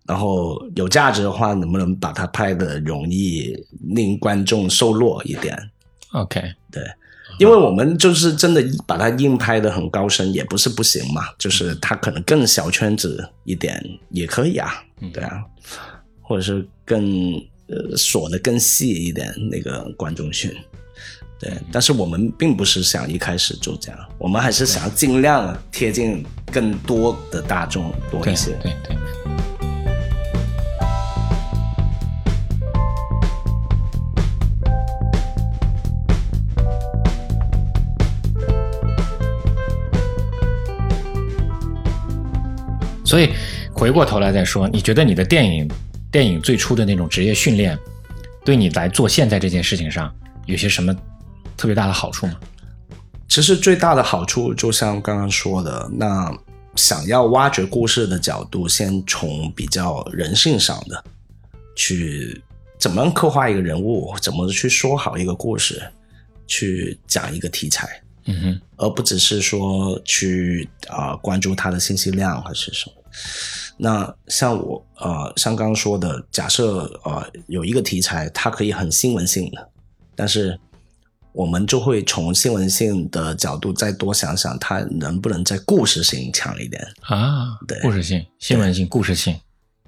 然后有价值的话，能不能把它拍的容易令观众受落一点？
OK，
因为
嗯
我们就是真的把它硬拍的很高深也不是不行嘛，就是
嗯
它可能更小圈子一点也可以啊，
嗯
对啊，或者是更呃锁的更细一点那个观众群，对。
嗯
但是我们并不是想一开始就这样，我们还是想要尽量贴近更多的大众多
对
一些。
对对。所以回过头来再说，你觉得你的电影电影最初的那种职业训练，对你来做现在这件事情上有些什么特别大的好处吗？
其实最大的好处，就像刚刚说的，那想要挖掘故事的角度，先从比较人性上的去怎么样刻画一个人物，怎么去说好一个故事，去讲一个题材，
嗯哼，
而不只是说去啊、呃关注他的信息量还是什么。那像我呃，像刚刚说的，假设呃有一个题材，它可以很新闻性的，但是我们就会从新闻性的角度再多想想，它能不能在故事性强一点，
啊，
对
故事性、新闻性、故事性，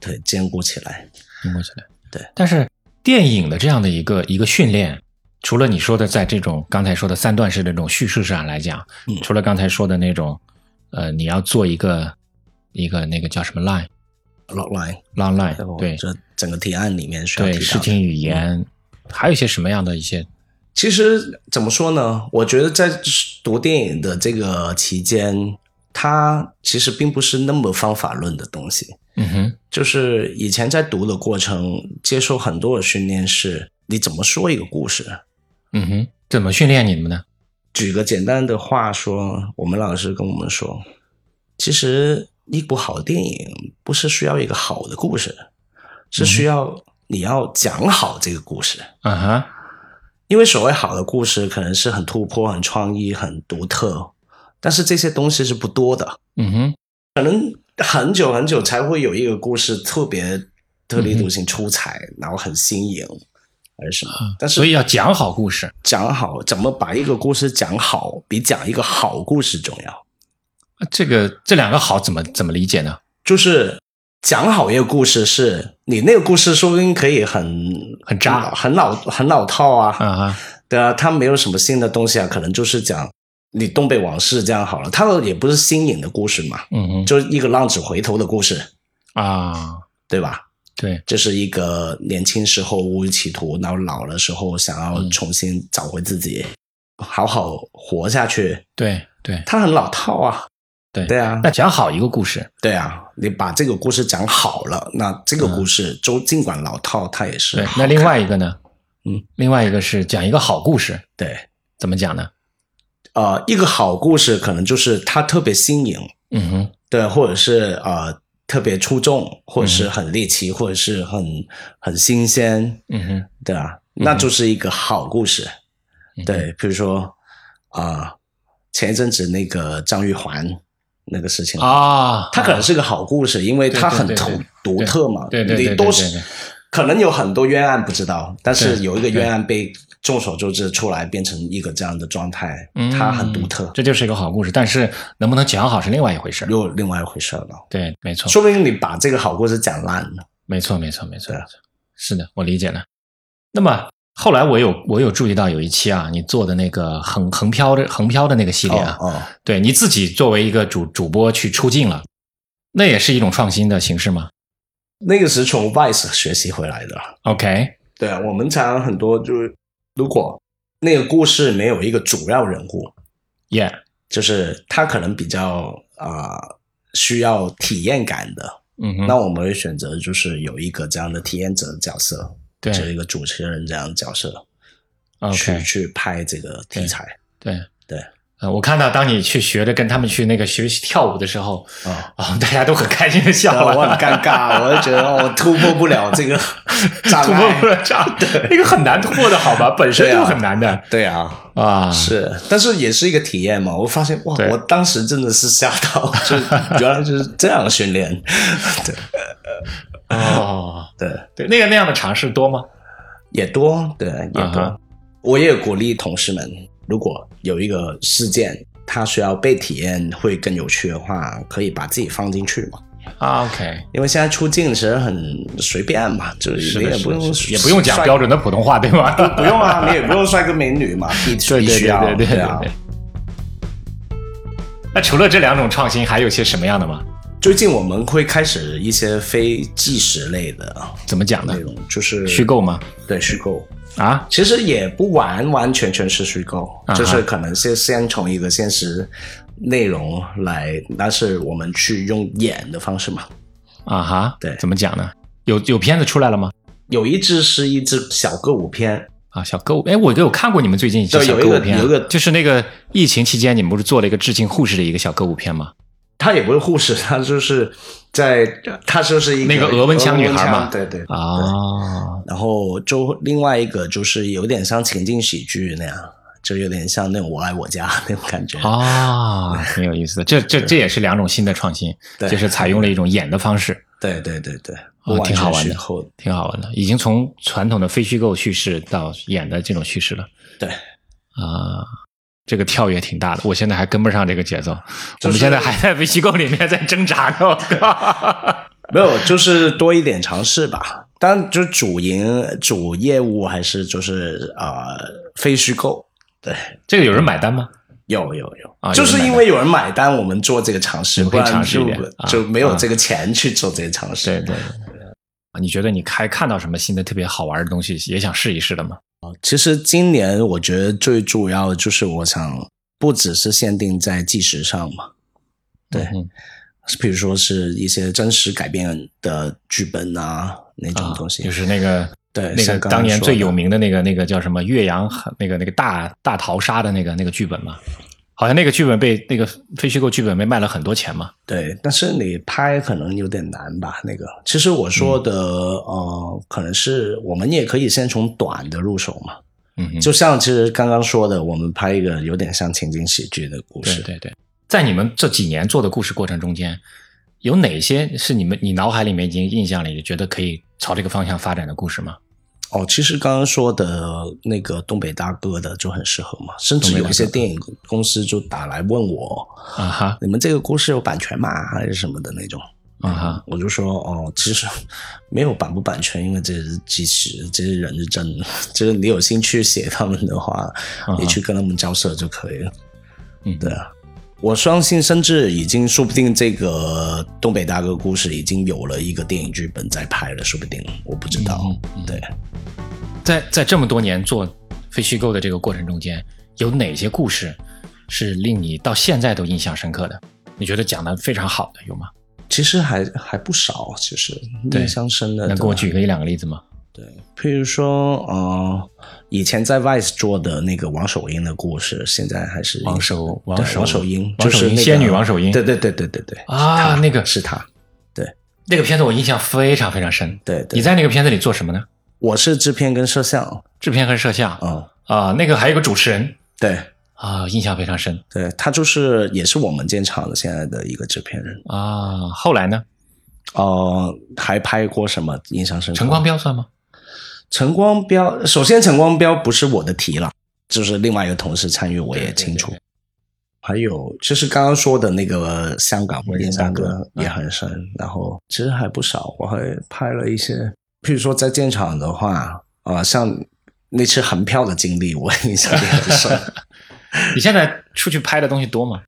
对，兼顾起来。
听过起来。
对，
但是电影的这样的一个一个训练，除了你说的在这种刚才说的三段式的这种叙事上来讲，
嗯
除了刚才说的那种，呃，你要做一个一个那个叫什么 line
log line，
long
然后
line，对
这整个提案里面需要
对，
提
视
到的。嗯
听语言，还有一些什么样的一些
其实怎么说呢？我觉得在读电影的这个期间，它其实并不是那么方法论的东西。
嗯哼
就是以前在读的过程，接受很多的训练是，你怎么说一个故事。
嗯哼，怎么训练你们呢？
举个简单的话说，我们老师跟我们说，其实一部好电影不是需要一个好的故事，是需要你要讲好这个故事。
啊哈，
因为所谓好的故事，可能是很突破、很创意、很独特，但是这些东西是不多的，
嗯哼，
很久很久才会有一个故事特别特立独行、出彩，
嗯
然后很新颖，还是什么？但
所
是
以要讲好故事
讲好怎么把一个故事讲好，比讲一个好故事重要。
啊这个这两个好怎么怎么理解呢？
就是讲好一个故事是，你那个故事说不定可以很
很渣
很老很老套啊，
啊哈，
对啊，他没有什么新的东西啊，可能就是讲你东北往事这样好了，它也不是新颖的故事嘛，
嗯哼
就是一个浪子回头的故事，
啊，
对吧？
对，
这是一个年轻时候误入歧途，然后老了时候想要
嗯
重新找回自己，好好活下去。
对对
它很老套啊，
对
对啊，
那讲好一个故事，
对啊，你把这个故事讲好了，那这个故事就尽管老套，它也是
对。
好
那另外一个呢？
嗯，
另外一个是讲一个好故事，
对
怎么讲呢？
呃，一个好故事可能就是它特别新颖，
嗯哼，
对，或者是呃特别出众，或者是很猎奇，或者是很很新鲜，
嗯哼，
对啊，那就是一个好故事。
嗯哼，
对，比如说啊、前一阵子那个张玉环，那个事情
啊，
它可能是个好故事，因为它很
对对
独
对对
独特嘛，
对对对对
你都
对对
是可能有很多冤案不知道，但是
对
有一个冤案被众所周知出来，变成一个这样的状态，
嗯
它很独特，
这就是一个好故事，但是能不能讲好是另外一回事儿。
又另外一回事儿了。
对，没错，
说不定你把这个好故事讲烂了，
没错，没错，没错
对啊，
是的，我理解了。那么后来我有我有注意到有一期啊，你做的那个横横漂的横漂的那个系列啊，
哦哦，
对你自己作为一个主主播去出镜了，那也是一种创新的形式吗
那个是从 Vice 学习回来的。
？OK，
对啊，我们常常很多就是，如果那个故事没有一个主要人物，
耶、
就是他可能比较啊、需要体验感的，
嗯哼，
那我们会选择就是有一个这样的体验者角色，
对
就是一个主持人这样的角色去
OK，
去拍这个题
(laughs)
材
对
对。
呃，我看到当你去学着跟他们去那个学习跳舞的时候，
啊。
啊、大家都很开心的笑啊
然后
了，
(laughs) 啊我很尴尬，我就觉得哦我突破不了
(laughs)
这个障
突破不
碍。
了障碍，那个很难突破的好吧，本身
对
就
啊
很难的
对啊，
啊，
是，但是也是一个体验嘛。我发现哇
对，
我当时真的是吓到，就原来就是这样训练。对
哦。
对，
对，那个那样的尝试多吗？
也多，对也多。
啊哈
我也鼓励同事们，如果有一个事件，它需要被体验会更有趣的话，可以把自己放进去嘛。
啊，OK，
因为现在出镜其实很随便嘛，就是
是
你
的，
也
是
不
的
用
是的也不用讲标准的普通话，对吧？
(laughs) 不用啊，你也不用帅哥美女嘛，必
(laughs) 对
必
对
须
对
要
对对对
啊。
对。那除了这两种创新，还有些什么样的吗？
最近我们会开始一些非纪实类的
怎么讲呢
内？容，就是
嗯虚，构吗？
对虚构。
啊，
其实也不完完全全是虚构，
啊哈
就是可能是先从一个现实内容来，但是我们去用演的方式嘛。
啊哈，
对
怎么讲呢？有有片子出来了吗？
有一支是一支小歌舞片，
啊，小歌舞，哎，我有看过你们最近一期
对
小
有一
歌舞
个
片啊，
有一个
就是那个疫情期间，你们不是做了一个致敬护士的一个小歌舞片吗？
她也不是护士，她就是在她就是一个
那个俄温枪女孩嘛
对对。
啊，
然后就另外一个就是有点像情景喜剧那样，就有点像那种我爱我家那种感觉。
啊，挺有意思的，这这这也是两种新的创新，
对
就是采用了一种演的方式，
对对对对，不完
挺好
全
玩的
虚构的。
挺好玩的，已经从传统的非虚构叙事到演的这种叙事了
对，
啊。这个跳跃挺大的，我现在还跟不上这个节奏，
就是
我们现在还在非虚构里面在挣扎呢。我
(laughs)
靠
没有，就是多一点尝试吧。当然，就主营主业务还是就是呃非虚构，对，
这个有人买单吗？
有有有
啊
就
有
是
人买
因
单
为有人买单，我们做这个尝试，
你们
不
可以
然
尝试一
就
点啊
就没有
啊
这个钱去做这个尝试。
对对啊，你觉得你还看到什么新的特别好玩的东西，也想试一试的吗？
其实今年我觉得最主要就是我想不只是限定在纪实上嘛，对，
嗯
比如说是一些真实改编的剧本啊那种
啊，
东西，
就是那个
对
那个
像刚才
当年
说
最
的
有名的那个那个叫什么岳阳那个那个大大逃杀的那个那个剧本嘛，好像那个剧本被那个非虚构剧本被卖了很多钱嘛。
对，但是你拍可能有点难吧？那个，其实我
嗯
说的、呃，可能是我们也可以先从短的入手嘛。
嗯哼，
就像其实刚刚说的，我们拍一个有点像情景喜剧的故
对
事。
对对，在你们这几年做的故事过程中间，有哪些是你们你脑海里面已经印象里觉得可以朝这个方向发展的故事吗？
哦，其实刚刚说的那个东北大哥的就很适合嘛，甚
东
至
北大
有
哥
一些电影公司就打来问我，
啊哈，
你们这个故事有版权吗？还是什么的那种？
啊哈，
我就说哦，其实 (laughs) 没有版不版权，因为这是即时，这是人是真的，就是你有兴趣写他们的话，
哈
你去跟他们交涉就可以了。
嗯，
对啊，我相信，甚至已经说不定这个东北大哥故事已经有了一个电影剧本在拍了，说不定我不知道。
嗯嗯
对，
在在这么多年做非虚构的这个过程中间，有哪些故事是令你到现在都印象深刻的？你觉得讲的非常好的有吗？
其实还还不少，其实
对
印象深的。
能给我
呃对吧
举个一两个例子吗？
对，譬如说，呃，以前在 Vice 做的那个王守英的故事，现在还是
王守王
对
守
王守英，就
王守英
是那个
仙女王守英
对对对对对对，
啊
她
那个
是他，
那个片子我印象非常非常深。
对对，
你在那个片子里做什么呢？
我是制片跟摄像，
制片和摄像啊、
嗯，
那个还有个主持人
对，
啊、印象非常深
对他就是也是我们建厂的现在的一个制片人，
啊。后来呢？
哦、还拍过什么印象深刻？
陈光标算吗？
陈光标，首先陈光标不是我的题了，就是另外一个同事参与，我也
对对
清楚。
对
还有就是刚刚说的那个香港
文
印
林
象
大哥嗯
歌也很深，然后其实还不少，我还拍了一些，譬如说在建厂的话，啊、像那次横票的经历，我印象也很
(laughs)
深。
你现在出去拍的东西多吗？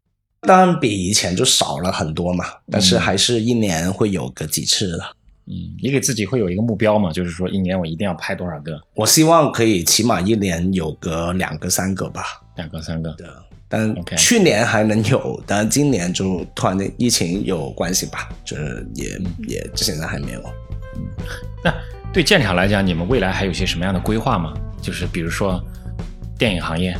当然比以前就少了很多嘛，但是还是一年会有个几次的。
嗯，你给自己会有一个目标嘛？就是说一年我一定要拍多少个，
我希望可以起码一年有个两个三个吧。
两个、三个。
但
OK
去年还能有，但今年就突然的疫情有关系吧，就是也
嗯
也现在还没有。
那对建厂来讲，你们未来还有些什么样的规划吗？就是比如说电影行业，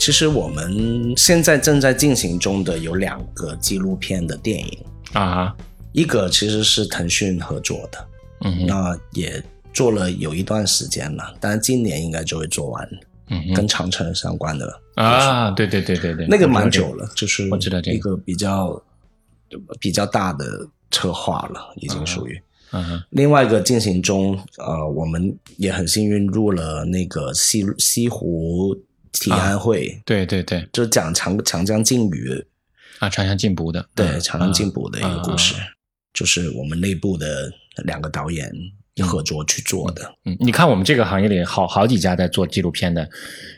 其实我们现在正在进行中的有两个纪录片的电影，
啊，
一个其实是腾讯合作的，
嗯哼，
那也做了有一段时间了，但是今年应该就会做完，
嗯哼，
跟长城相关的
啊，对对对对对，
那个蛮
我知道
久了，就是
我知道这个
一个比较比较大的策划了，已经属于。
这个，嗯哼，
另外一个进行中，呃，我们也很幸运入了那个西西湖提案会，
对对对，
就讲长长江禁渔，
啊，长江进补的，
对
嗯
长江禁捕的一个故事，就是我们内部的两个导演合作去做的。
嗯，你看我们这个行业里好好几家在做纪录片的，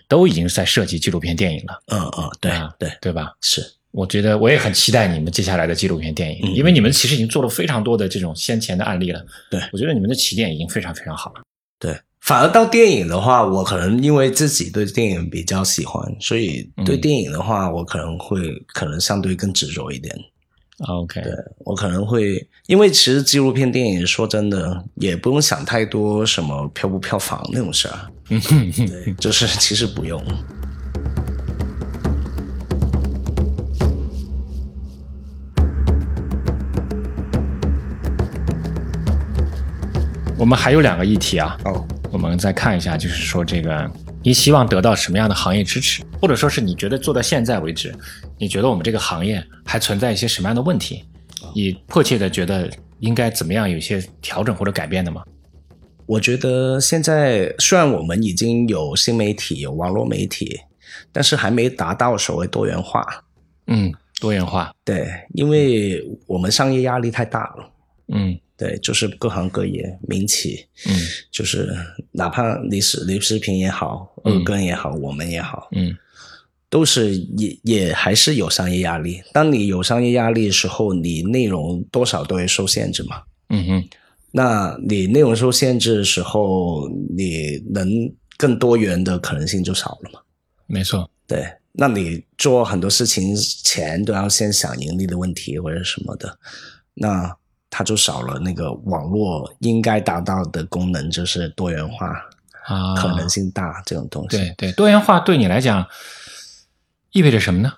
都已经在涉及纪录片电影了，
嗯嗯，对、
啊
对
对吧？
是，
我觉得我也很期待你们接下来的纪录片电影，
嗯
因为你们其实已经做了非常多的这种先前的案例了。
对
我觉得你们的起点已经非常非常好了。
对。反而到电影的话，我可能因为自己对电影比较喜欢，所以对
嗯
电影的话，我可能会可能相对更执着一点。
啊 OK，
我可能会，因为其实纪录片电影说真的也不用想太多什么票不票房那种事儿，啊
嗯哼哼
对，就是其实不用。
我们还有两个议题啊，
哦，
我们再看一下，就是说这个你希望得到什么样的行业支持，或者说是你觉得做到现在为止，你觉得我们这个行业还存在一些什么样的问题？
啊
你迫切的觉得应该怎么样有一些调整或者改变的吗？
我觉得现在虽然我们已经有新媒体、有网络媒体，但是还没达到所谓多元化。
嗯，多元化，
对，因为我们商业压力太大了。
嗯
对，就是各行各业、民企，
嗯
就是哪怕李视李视频也好，
嗯
二更也好，我们也好，
嗯
都是也也还是有商业压力。当你有商业压力的时候，你内容多少都会受限制嘛。
嗯哼，
那你内容受限制的时候，你能更多元的可能性就少了嘛？
没错，
对，那你做很多事情前都要先想盈利的问题或者什么的，那它就少了那个网络应该达到的功能，就是多元化、
啊，
可能性大这种东西。
对对，多元化对你来讲意味着什么呢？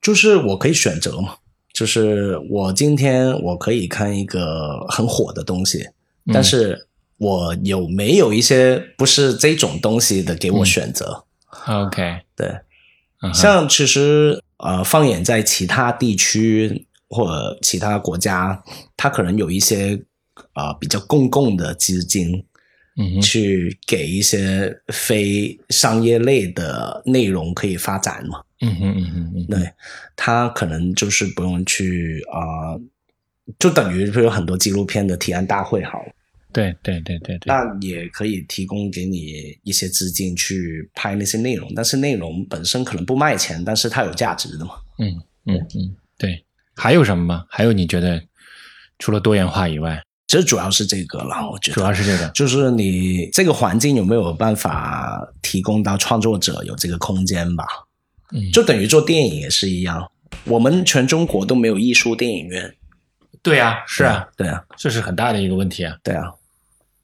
就是我可以选择嘛，就是我今天我可以看一个很火的东西，
嗯
但是我有没有一些不是这种东西的给我选择？
OK，
对，
嗯嗯哼
像其实呃，放眼在其他地区或者其他国家，它可能有一些呃比较公共的基金，
嗯哼
去给一些非商业类的内容可以发展嘛。
嗯哼嗯哼嗯哼，
对，他可能就是不用去啊、呃就等于会有很多纪录片的提案大会好了，
对对对对对，
那也可以提供给你一些资金去拍那些内容，但是内容本身可能不卖钱，但是它有价值的嘛。
嗯嗯嗯，对，还有什么吗？还有你觉得除了多元化以外，
其实主要是这个了，我觉
主
得。
要是这个，
就是你这个环境有没有办法提供到创作者有这个空间吧？
嗯，
就等于做电影也是一样，我们全中国都没有艺术电影院。
对啊，是啊，
对啊，
这是很大的一个问题啊，
对啊，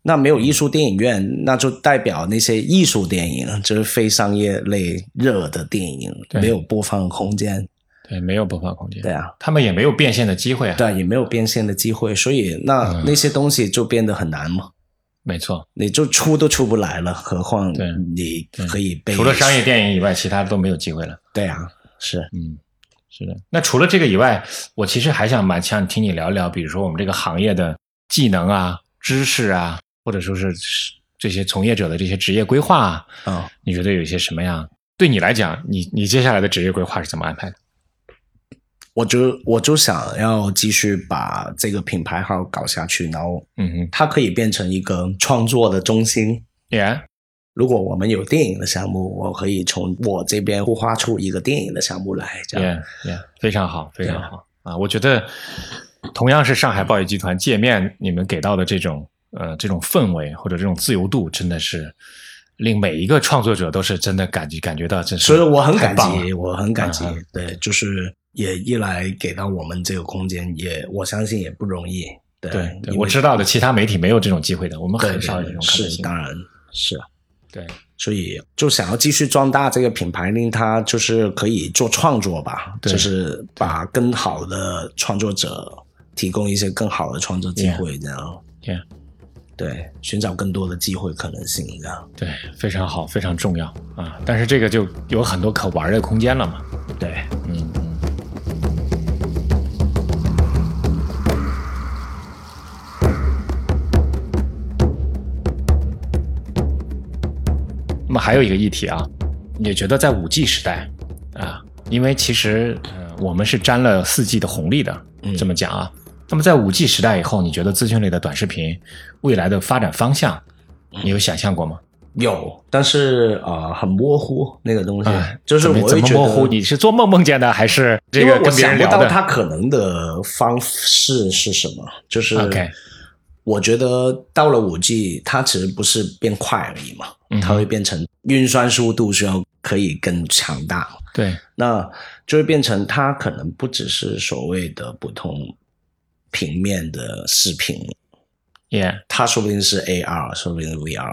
那
嗯
没有艺术电影院，那就代表那些艺术电影，就是非商业类热的电影，
对
没有播放空间。
对，没有播放空间，
对啊，
他们也没有变现的机会啊，
对啊，也没有变现的机会，所以那、
嗯
那些东西就变得很难嘛。
没错，
你就出都出不来了，何况
对
你
对
可以被
除了商业电影以外，其他的都没有机会了。
对啊，是
嗯，是的。那除了这个以外，我其实还想蛮想听你聊一聊，比如说我们这个行业的技能啊、知识啊，或者说是这些从业者的这些职业规划啊，
啊、
你觉得有一些什么样？对你来讲，你你接下来的职业规划是怎么安排的？
我就我就想要继续把这个品牌号搞下去，然后
嗯哼，
它可以变成一个创作的中心。
也、
如果我们有电影的项目，我可以从我这边孵化出一个电影的项目来，这样。
Yeah, yeah，非常好，非常好啊！我觉得同样是上海报业集团界面，你们给到的这种呃这种氛围或者这种自由度，真的是令每一个创作者都是真的感觉感觉到真是
所
太
以
棒
我很感
了，
激，我很感激。
嗯
对，就是也一来给到我们这个空间，也我相信也不容易。对，
对，对
因为
我知道的，其他媒体没有这种机会的，我们
对
很
对
少有这
对
种可能
是
性。
当然是，
对，
所以就想要继续壮大这个品牌，令它就是可以做创作吧，
对
就是把更好的创作者提供一些更好的创作机会，这样。
Yeah
对，寻找更多的机会可能性，这样。
对，非常好，非常重要啊！但是这个就有很多可玩的空间了嘛。
对，
嗯嗯。那么还有一个议题啊，也觉得在五 G 时代啊，因为其实呃我们是沾了四 G 的红利的，
嗯
这么讲啊。那么在五 G 时代以后，你觉得资讯类的短视频未来的发展方向，你有想象过吗？
有，但是呃，很模糊那个东西，
啊，
哎就是
怎么
我
怎
会
么
觉
模糊？
得。
你是做梦梦见的，还是这
因
个
为我
跟别人
想不
聊
到
的？
它可能的方式是什么，就是
OK
我觉得到了五 G，它其实不是变快而已嘛，
嗯哼
它会变成运算速度需要可以更强大，
对，
那就会变成它可能不只是所谓的普通平面的视频，
也、
它说不定是 AR，说不定是 VR。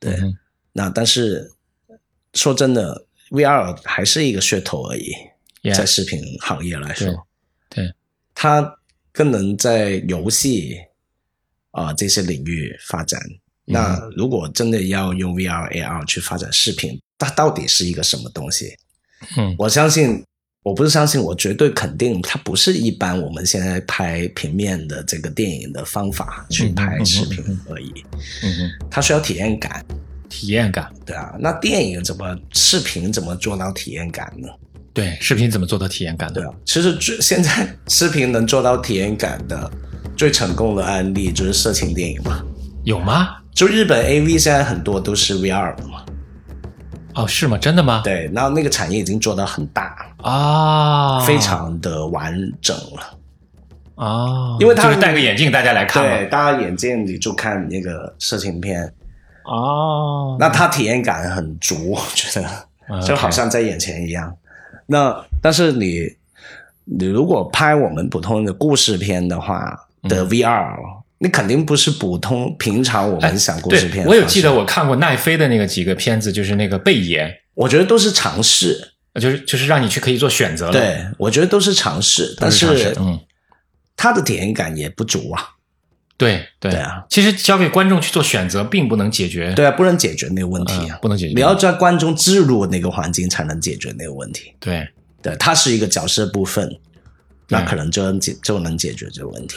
对，
嗯哼
那但是说真的，VR 还是一个噱头而已。
也嗯
在视频行业来说，
对对
它更能在游戏啊、呃这些领域发展。
嗯
那如果真的要用 VR、AR 去发展视频，它到底是一个什么东西？
嗯
我相信，我不是相信，我绝对肯定，它不是一般我们现在拍平面的这个电影的方法去
嗯
拍
嗯
视
嗯
频而已。
嗯
它需要体验感，
哼，体验感，
对啊。那电影怎么视频怎么做到体验感呢？
对，视频怎么做到体验感
对
的？
啊，其实最现在视频能做到体验感的最成功的案例就是色情电影嘛。
有吗？
就日本 AV 现在很多都是 VR 的嘛，
哦，是吗？真的吗？
对，然后那个产业已经做到很大，
啊，
非常的完整了。
啊，
因为它
就是戴个眼镜，大家来看
对，
嘛。
大家眼睛里就看那个色情片，
哦，
那它体验感很足，我觉得。
那
就好像在眼前一样。那但是你你如果拍我们普通的故事片的话的
嗯
VR，、你肯定不是普通平常我们想故事片、
哎对，我有记得，我看过奈飞的那个几个片子，就是那个贝爷，呃
我觉得都是尝试，
就是就是让你去可以做选择了。
对我觉得都是尝试，但
是尝试嗯
它的体验感也不足啊。
对对
对啊，
其实交给观众去做选择，并不能解决
对啊，不能解决那个问题啊
嗯，不能解决
你要在观众置入那个环境才能解决那个问题。
对。
对，它是一个角色部分，那
对
可能就能解就能解决这个问题。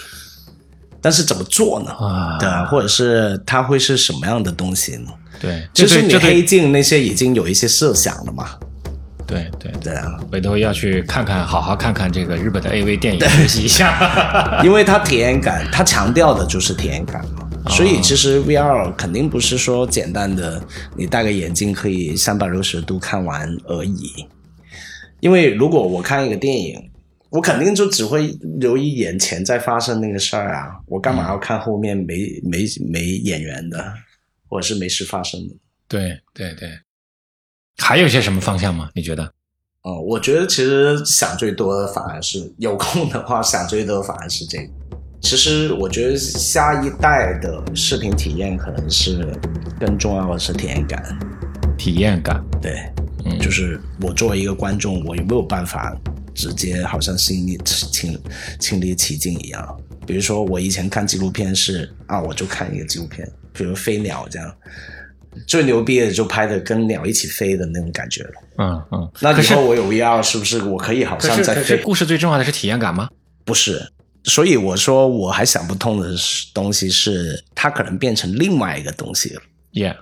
但是怎么做呢？
啊
对啊，或者是它会是什么样的东西呢？
对，
就
这
是
对
你
这对
黑镜那些已经有一些设想了嘛？
对对，
对啊，
回头要去看看，好好看看这个日本的 AV 电影，学习一
(laughs)
下。
因为它体验感，它强调的就是体验感嘛。
哦
所以其实 VR 肯定不是说简单的你戴个眼镜可以三百六十度看完而已。因为如果我看一个电影，我肯定就只会留意眼前在发生那个事儿啊，我干嘛
嗯
要看后面没没没演员的，或者是没事发生的？
对对对，还有一些什么方向吗？你觉得？
哦、我觉得其实想最多的反而是有空的话，想最多的反而是这个。其实我觉得下一代的视频体验可能是更重要的是体验感，
体验感，
对，
嗯，
就是是我作为一个观众，我有没有办法直接好像身临亲亲临其境一样？比如说我以前看纪录片是啊，我就看一个纪录片，比如飞鸟这样，最牛逼的就拍的跟鸟一起飞的那种感觉了。
嗯嗯。
那
可
以
是
后我有 VR 是不是我可以好
可
像
是
在
可是，
飞？
故事最重要的是体验感吗？
不是，所以我说我还想不通的是东西是它可能变成另外一个东西了，
也，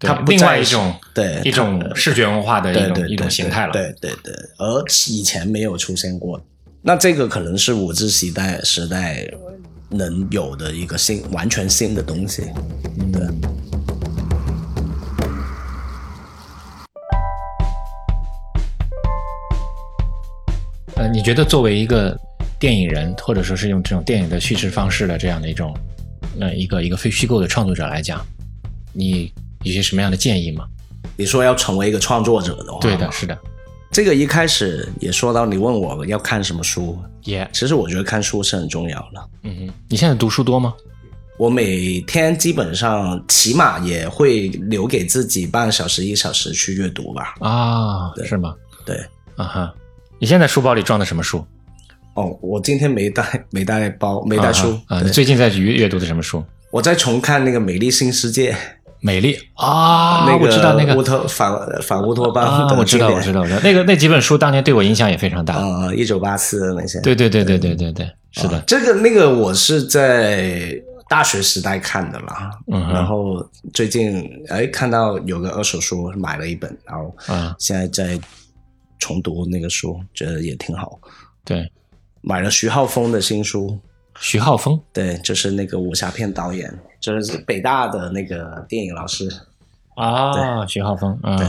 对
它不
另外
再
一
是
种
对
一种视觉文化的
对
一
对
种一种
对
形态了。
对对对，而以前没有出现过。那这个可能是五 G 时代时代能有的一个新完全新的东西。对，
呃，你觉得作为一个电影人，或者说是用这种电影的叙事方式的这样的一种，呃，一个一个非虚构的创作者来讲，你有些什么样的建议吗？
你说要成为一个创作者的话，
对的，是的，
这个一开始也说到，你问我要看什么书，
也、
其实我觉得看书是很重要的。
嗯哼，你现在读书多吗？
我每天基本上起码也会留给自己半小时一小时去阅读吧。
啊，
对
是吗？
对，
啊哈，你现在书包里装的什么书？
哦，我今天没带 (laughs) 没带包，没带书。
啊哈啊
对
你最近在阅阅读的什么书？
我在重看那个《美丽新世界》
美丽啊，
那个
我知道那个
乌托反反乌托邦
啊，
的
我知
经
道，
典
我知道，我知道，那个那几本书当年对我影响也非常大。
呃，一九八四那些。
对对对对对对对，是的
啊，这个那个我是在大学时代看的啦，
嗯哼
然后最近哎看到有个二手书，买了一本，然后
啊
现在在重读那个书，觉得也挺好。
对，
买了徐浩峰的新书，
徐浩峰
对，就是那个武侠片导演，就是北大的那个电影老师。
啊，徐浩峰啊
对，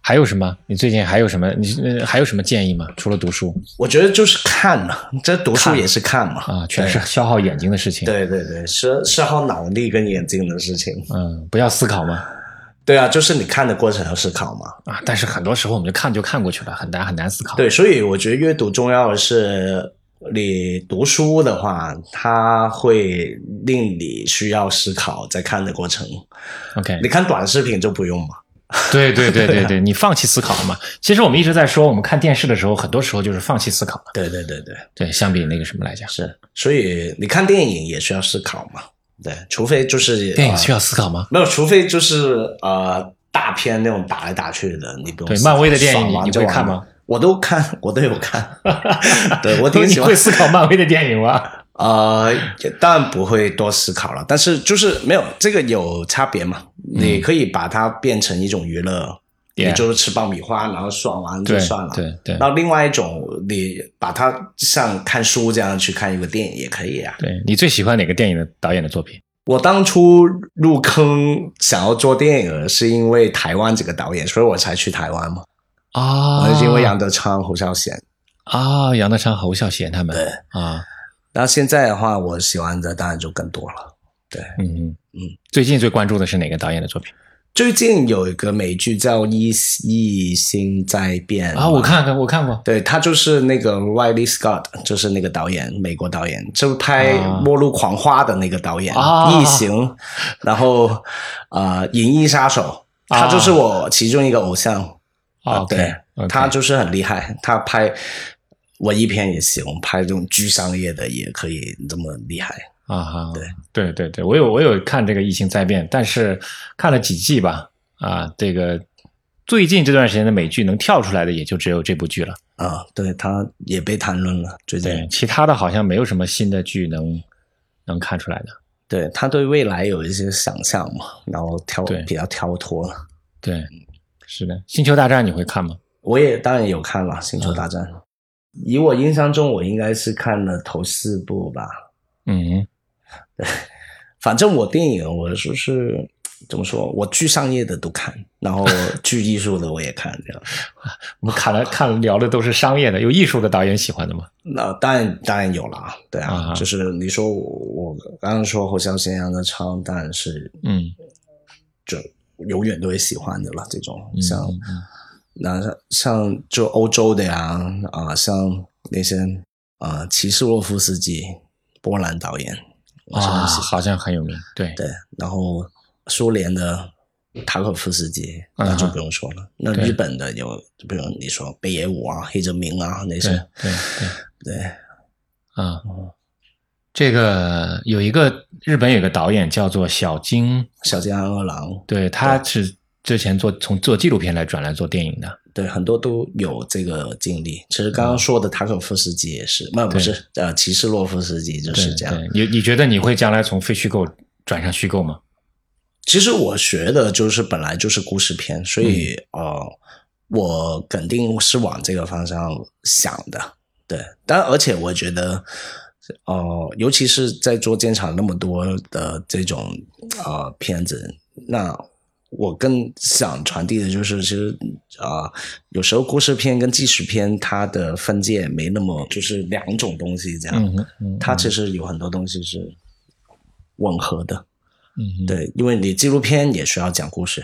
还有什么？你最近还有什么？你呃还有什么建议吗？除了读书
我觉得就是看嘛，这读书
看嗯
也是看嘛，
啊，全是消耗眼睛的事情。，
对对对，是是耗脑力跟眼睛的事情。
嗯，不要思考嘛
对啊，就是你看的过程要思考嘛。
啊。但是很多时候我们就看就看过去了，很难很难思考。
对，所以我觉得阅读重要的是，你读书的话，它会令你需要思考在看的过程。
，OK，
你看短视频就不用嘛。
(laughs) 对对对对 (laughs) 对，你放弃思考嘛。其实我们一直在说，我们看电视的时候，很多时候就是放弃思考了。
对对对对，
对，相比那个什么来讲，
是。所以你看电影也需要思考嘛。对，除非就是
电影
呃
需要思考吗？
没有，除非就是呃大片那种打来打去的，你不用
对
思考。
漫威的电影
爽完
你
就
会
完
看
了
吗？
我都看， (laughs) 我都有看。对我挺
(laughs) 你
喜欢
会。思考漫威的电影吗？
呃，也当然不会多思考了，但是就是没有这个有差别嘛，你可以把它变成一种娱乐，
嗯 Yeah
也就是吃爆米花，然后爽完就
(laughs) 对
算了。
对对
那另外一种，你把它像看书这样去看一个电影也可以啊。
对你最喜欢哪个电影的导演的作品？
我当初入坑想要做电影，是因为台湾这个导演，所以我才去台湾嘛。
啊
因为杨德昌、侯孝贤。
啊，杨德昌、侯孝贤他们啊，
那现在的话，我喜欢的当然就更多了。
嗯嗯
嗯，
最近最关注的是哪个导演的作品
最近有一个美剧叫《一一心在变》
啊？我，看看，我看过
对他就是那个 Riley Scott，就是那个导演，美国导演，就是拍
啊
《末路狂花》的那个导演，
啊
异形，然后啊，呃银翼杀手》，他就是我其中一个偶像。
啊
对
OK，OK
他就是很厉害，他拍文艺片也行，拍这种剧商业的也可以这么厉害。
啊哈
对
对对对，我有我有看这个《异形灾变》，但是看了几季吧啊，这个最近这段时间的美剧能跳出来的也就只有这部剧了，
啊，对，他也被谈论了，最近
对，其他的好像没有什么新的剧能能看出来的。
对他对未来有一些想象嘛，然后跳
对
比较跳脱了。
对，
嗯
是的，《星球大战》你会看吗？
我也当然有看了《星球大战》
嗯
以我印象中，我应该是看了头四部吧。
嗯
反正我电影，我就是怎么说，我剧商业的都看，然后剧艺术的我也看，这样。
我们
(laughs)
看了看了聊的都是商业的，有艺术的导演喜欢的吗？
那当然当然有啦，对啊，
啊
就是你说我我刚刚说侯孝贤、杨德昌，当然是
嗯，
就永远都会喜欢的了。这种
嗯
像
嗯嗯
那像就欧洲的呀啊、像那些啊、齐斯洛夫斯基，波兰导演，我是
啊，
很喜欢。
好像很有名，对
对，然后苏联的塔可夫斯基，
嗯
那就
哼
不用说了。那
对
日本的有，比如你说北野武啊、黑泽明啊那
对
些，
对对
对，
啊，这个有一个日本有一个导演叫做小津，
小津安二郎，
对，他是之前做从做纪录片来转来做电影的，
对，很多都有这个经历。其实刚刚说的塔可夫斯基也是，那、不是呃，奇士洛夫斯基就
对
是这样。
对你你觉得你会将来从非虚构转向虚构吗？
其实我学的就是本来就是故事片，所以、
嗯
呃，我肯定是往这个方向想的。对，但而且我觉得，呃，尤其是在做监场那么多的这种呃片子，那我更想传递的就是，其实啊、呃有时候故事片跟纪实片它的分界没那么，就是两种东西这样，
嗯
它其实有很多东西是吻合的。
嗯对
对，因为你纪录片也需要讲故事，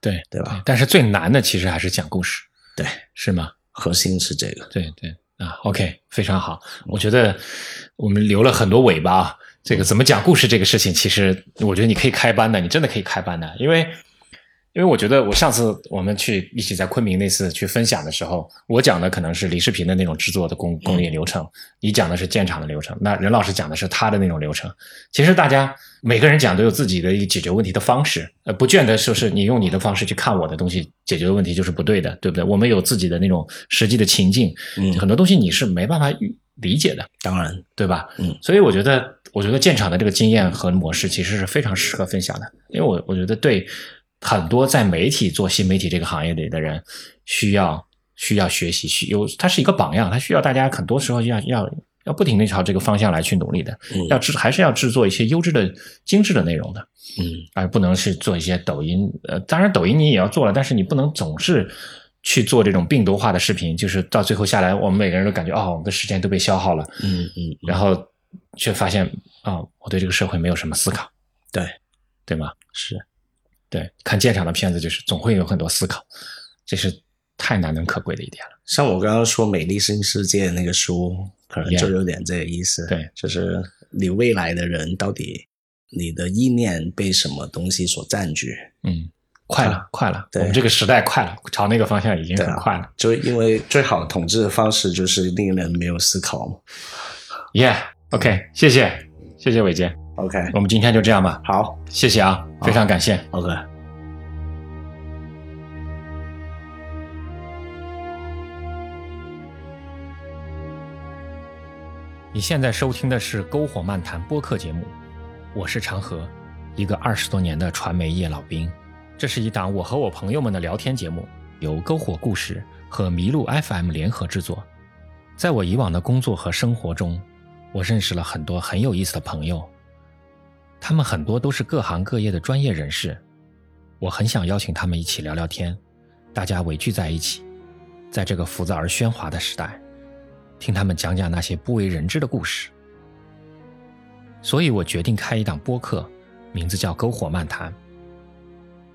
对
对吧？
但是最难的其实还是讲故事，
对，
是吗？
核心是这个。
对对啊，OK，非常好。我觉得我们留了很多尾巴啊。这个怎么讲故事这个事情，其实我觉得你可以开班的，你真的可以开班的，因为因为我觉得我上次我们去一起在昆明那次去分享的时候，我讲的可能是李世平的那种制作的工工业流程，你讲的是建厂的流程，那任老师讲的是他的那种流程。其实大家每个人讲都有自己的一个解决问题的方式，呃，不见得说是你用你的方式去看我的东西解决的问题就是不对的，对不对？我们有自己的那种实际的情境，
嗯
很多东西你是没办法预理解的，
当然，
对吧？
嗯
所以我觉得，我觉得建厂的这个经验和模式其实是非常适合分享的，因为我我觉得对很多在媒体做新媒体这个行业里的人需要需要学习，需有它是一个榜样，它需要大家很多时候要要要不停的朝这个方向来去努力的，
嗯
要制还是要制作一些优质的精致的内容的。
嗯
而不能是做一些抖音。呃，当然抖音你也要做了，但是你不能总是去做这种病毒化的视频，就是到最后下来，我们每个人都感觉哦，我们的时间都被消耗了，
嗯嗯，
然后却发现啊、我对这个社会没有什么思考，
对，
对吗？
是
对，看鉴赏的片子就是总会有很多思考，这是太难能可贵的一点了。
像我刚刚说《美丽新世界》那个书，可能
Yeah
就有点这个意思。
对，
就是你未来的人到底你的意念被什么东西所占据？
嗯，快了，
啊
快了，我
对
们这个时代快了，朝那个方向已经
对
很
啊
快了。
就是因为最好的统治的方式就是令人没有思考嘛。
Yeah，OK，、谢谢，谢谢伟杰，
OK，
我们今天就这样吧，
好
谢谢啊，非常感谢。
，OK。
你现在收听的是《篝火漫谈》播客节目，我是长河，一个二十多年的传媒业老兵。这是一档我和我朋友们的聊天节目，由篝火故事和麋鹿 FM 联合制作。在我以往的工作和生活中，我认识了很多很有意思的朋友，他们很多都是各行各业的专业人士。我很想邀请他们一起聊聊天，大家围聚在一起，在这个浮躁而喧哗的时代，听他们讲讲那些不为人知的故事。所以我决定开一档播客，名字叫《篝火漫谈》。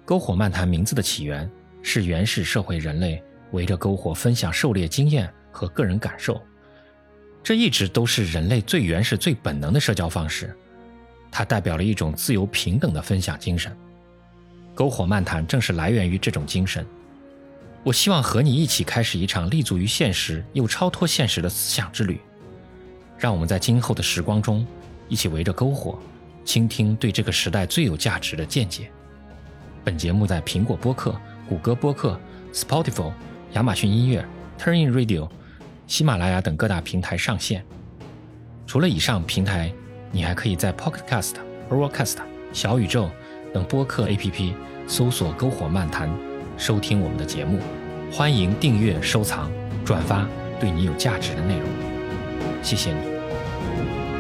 篝火漫谈名字的起源是原始社会人类围着篝火分享狩猎经验和个人感受，这一直都是人类最原始、最本能的社交方式。它代表了一种自由平等的分享精神。篝火漫谈正是来源于这种精神。我希望和你一起开始一场立足于现实又超脱现实的思想之旅，让我们在今后的时光中，一起围着篝火，倾听对这个时代最有价值的见解。本节目在苹果播客、谷歌播客、Spotify、亚马逊音乐、Turnin Radio、喜马拉雅等各大平台上线。除了以上平台，你还可以在 Pocket Cast、Overcast、小宇宙等播客 APP 搜索“篝火漫谈”，收听我们的节目。欢迎订阅、收藏、转发对你有价值的内容。谢谢你。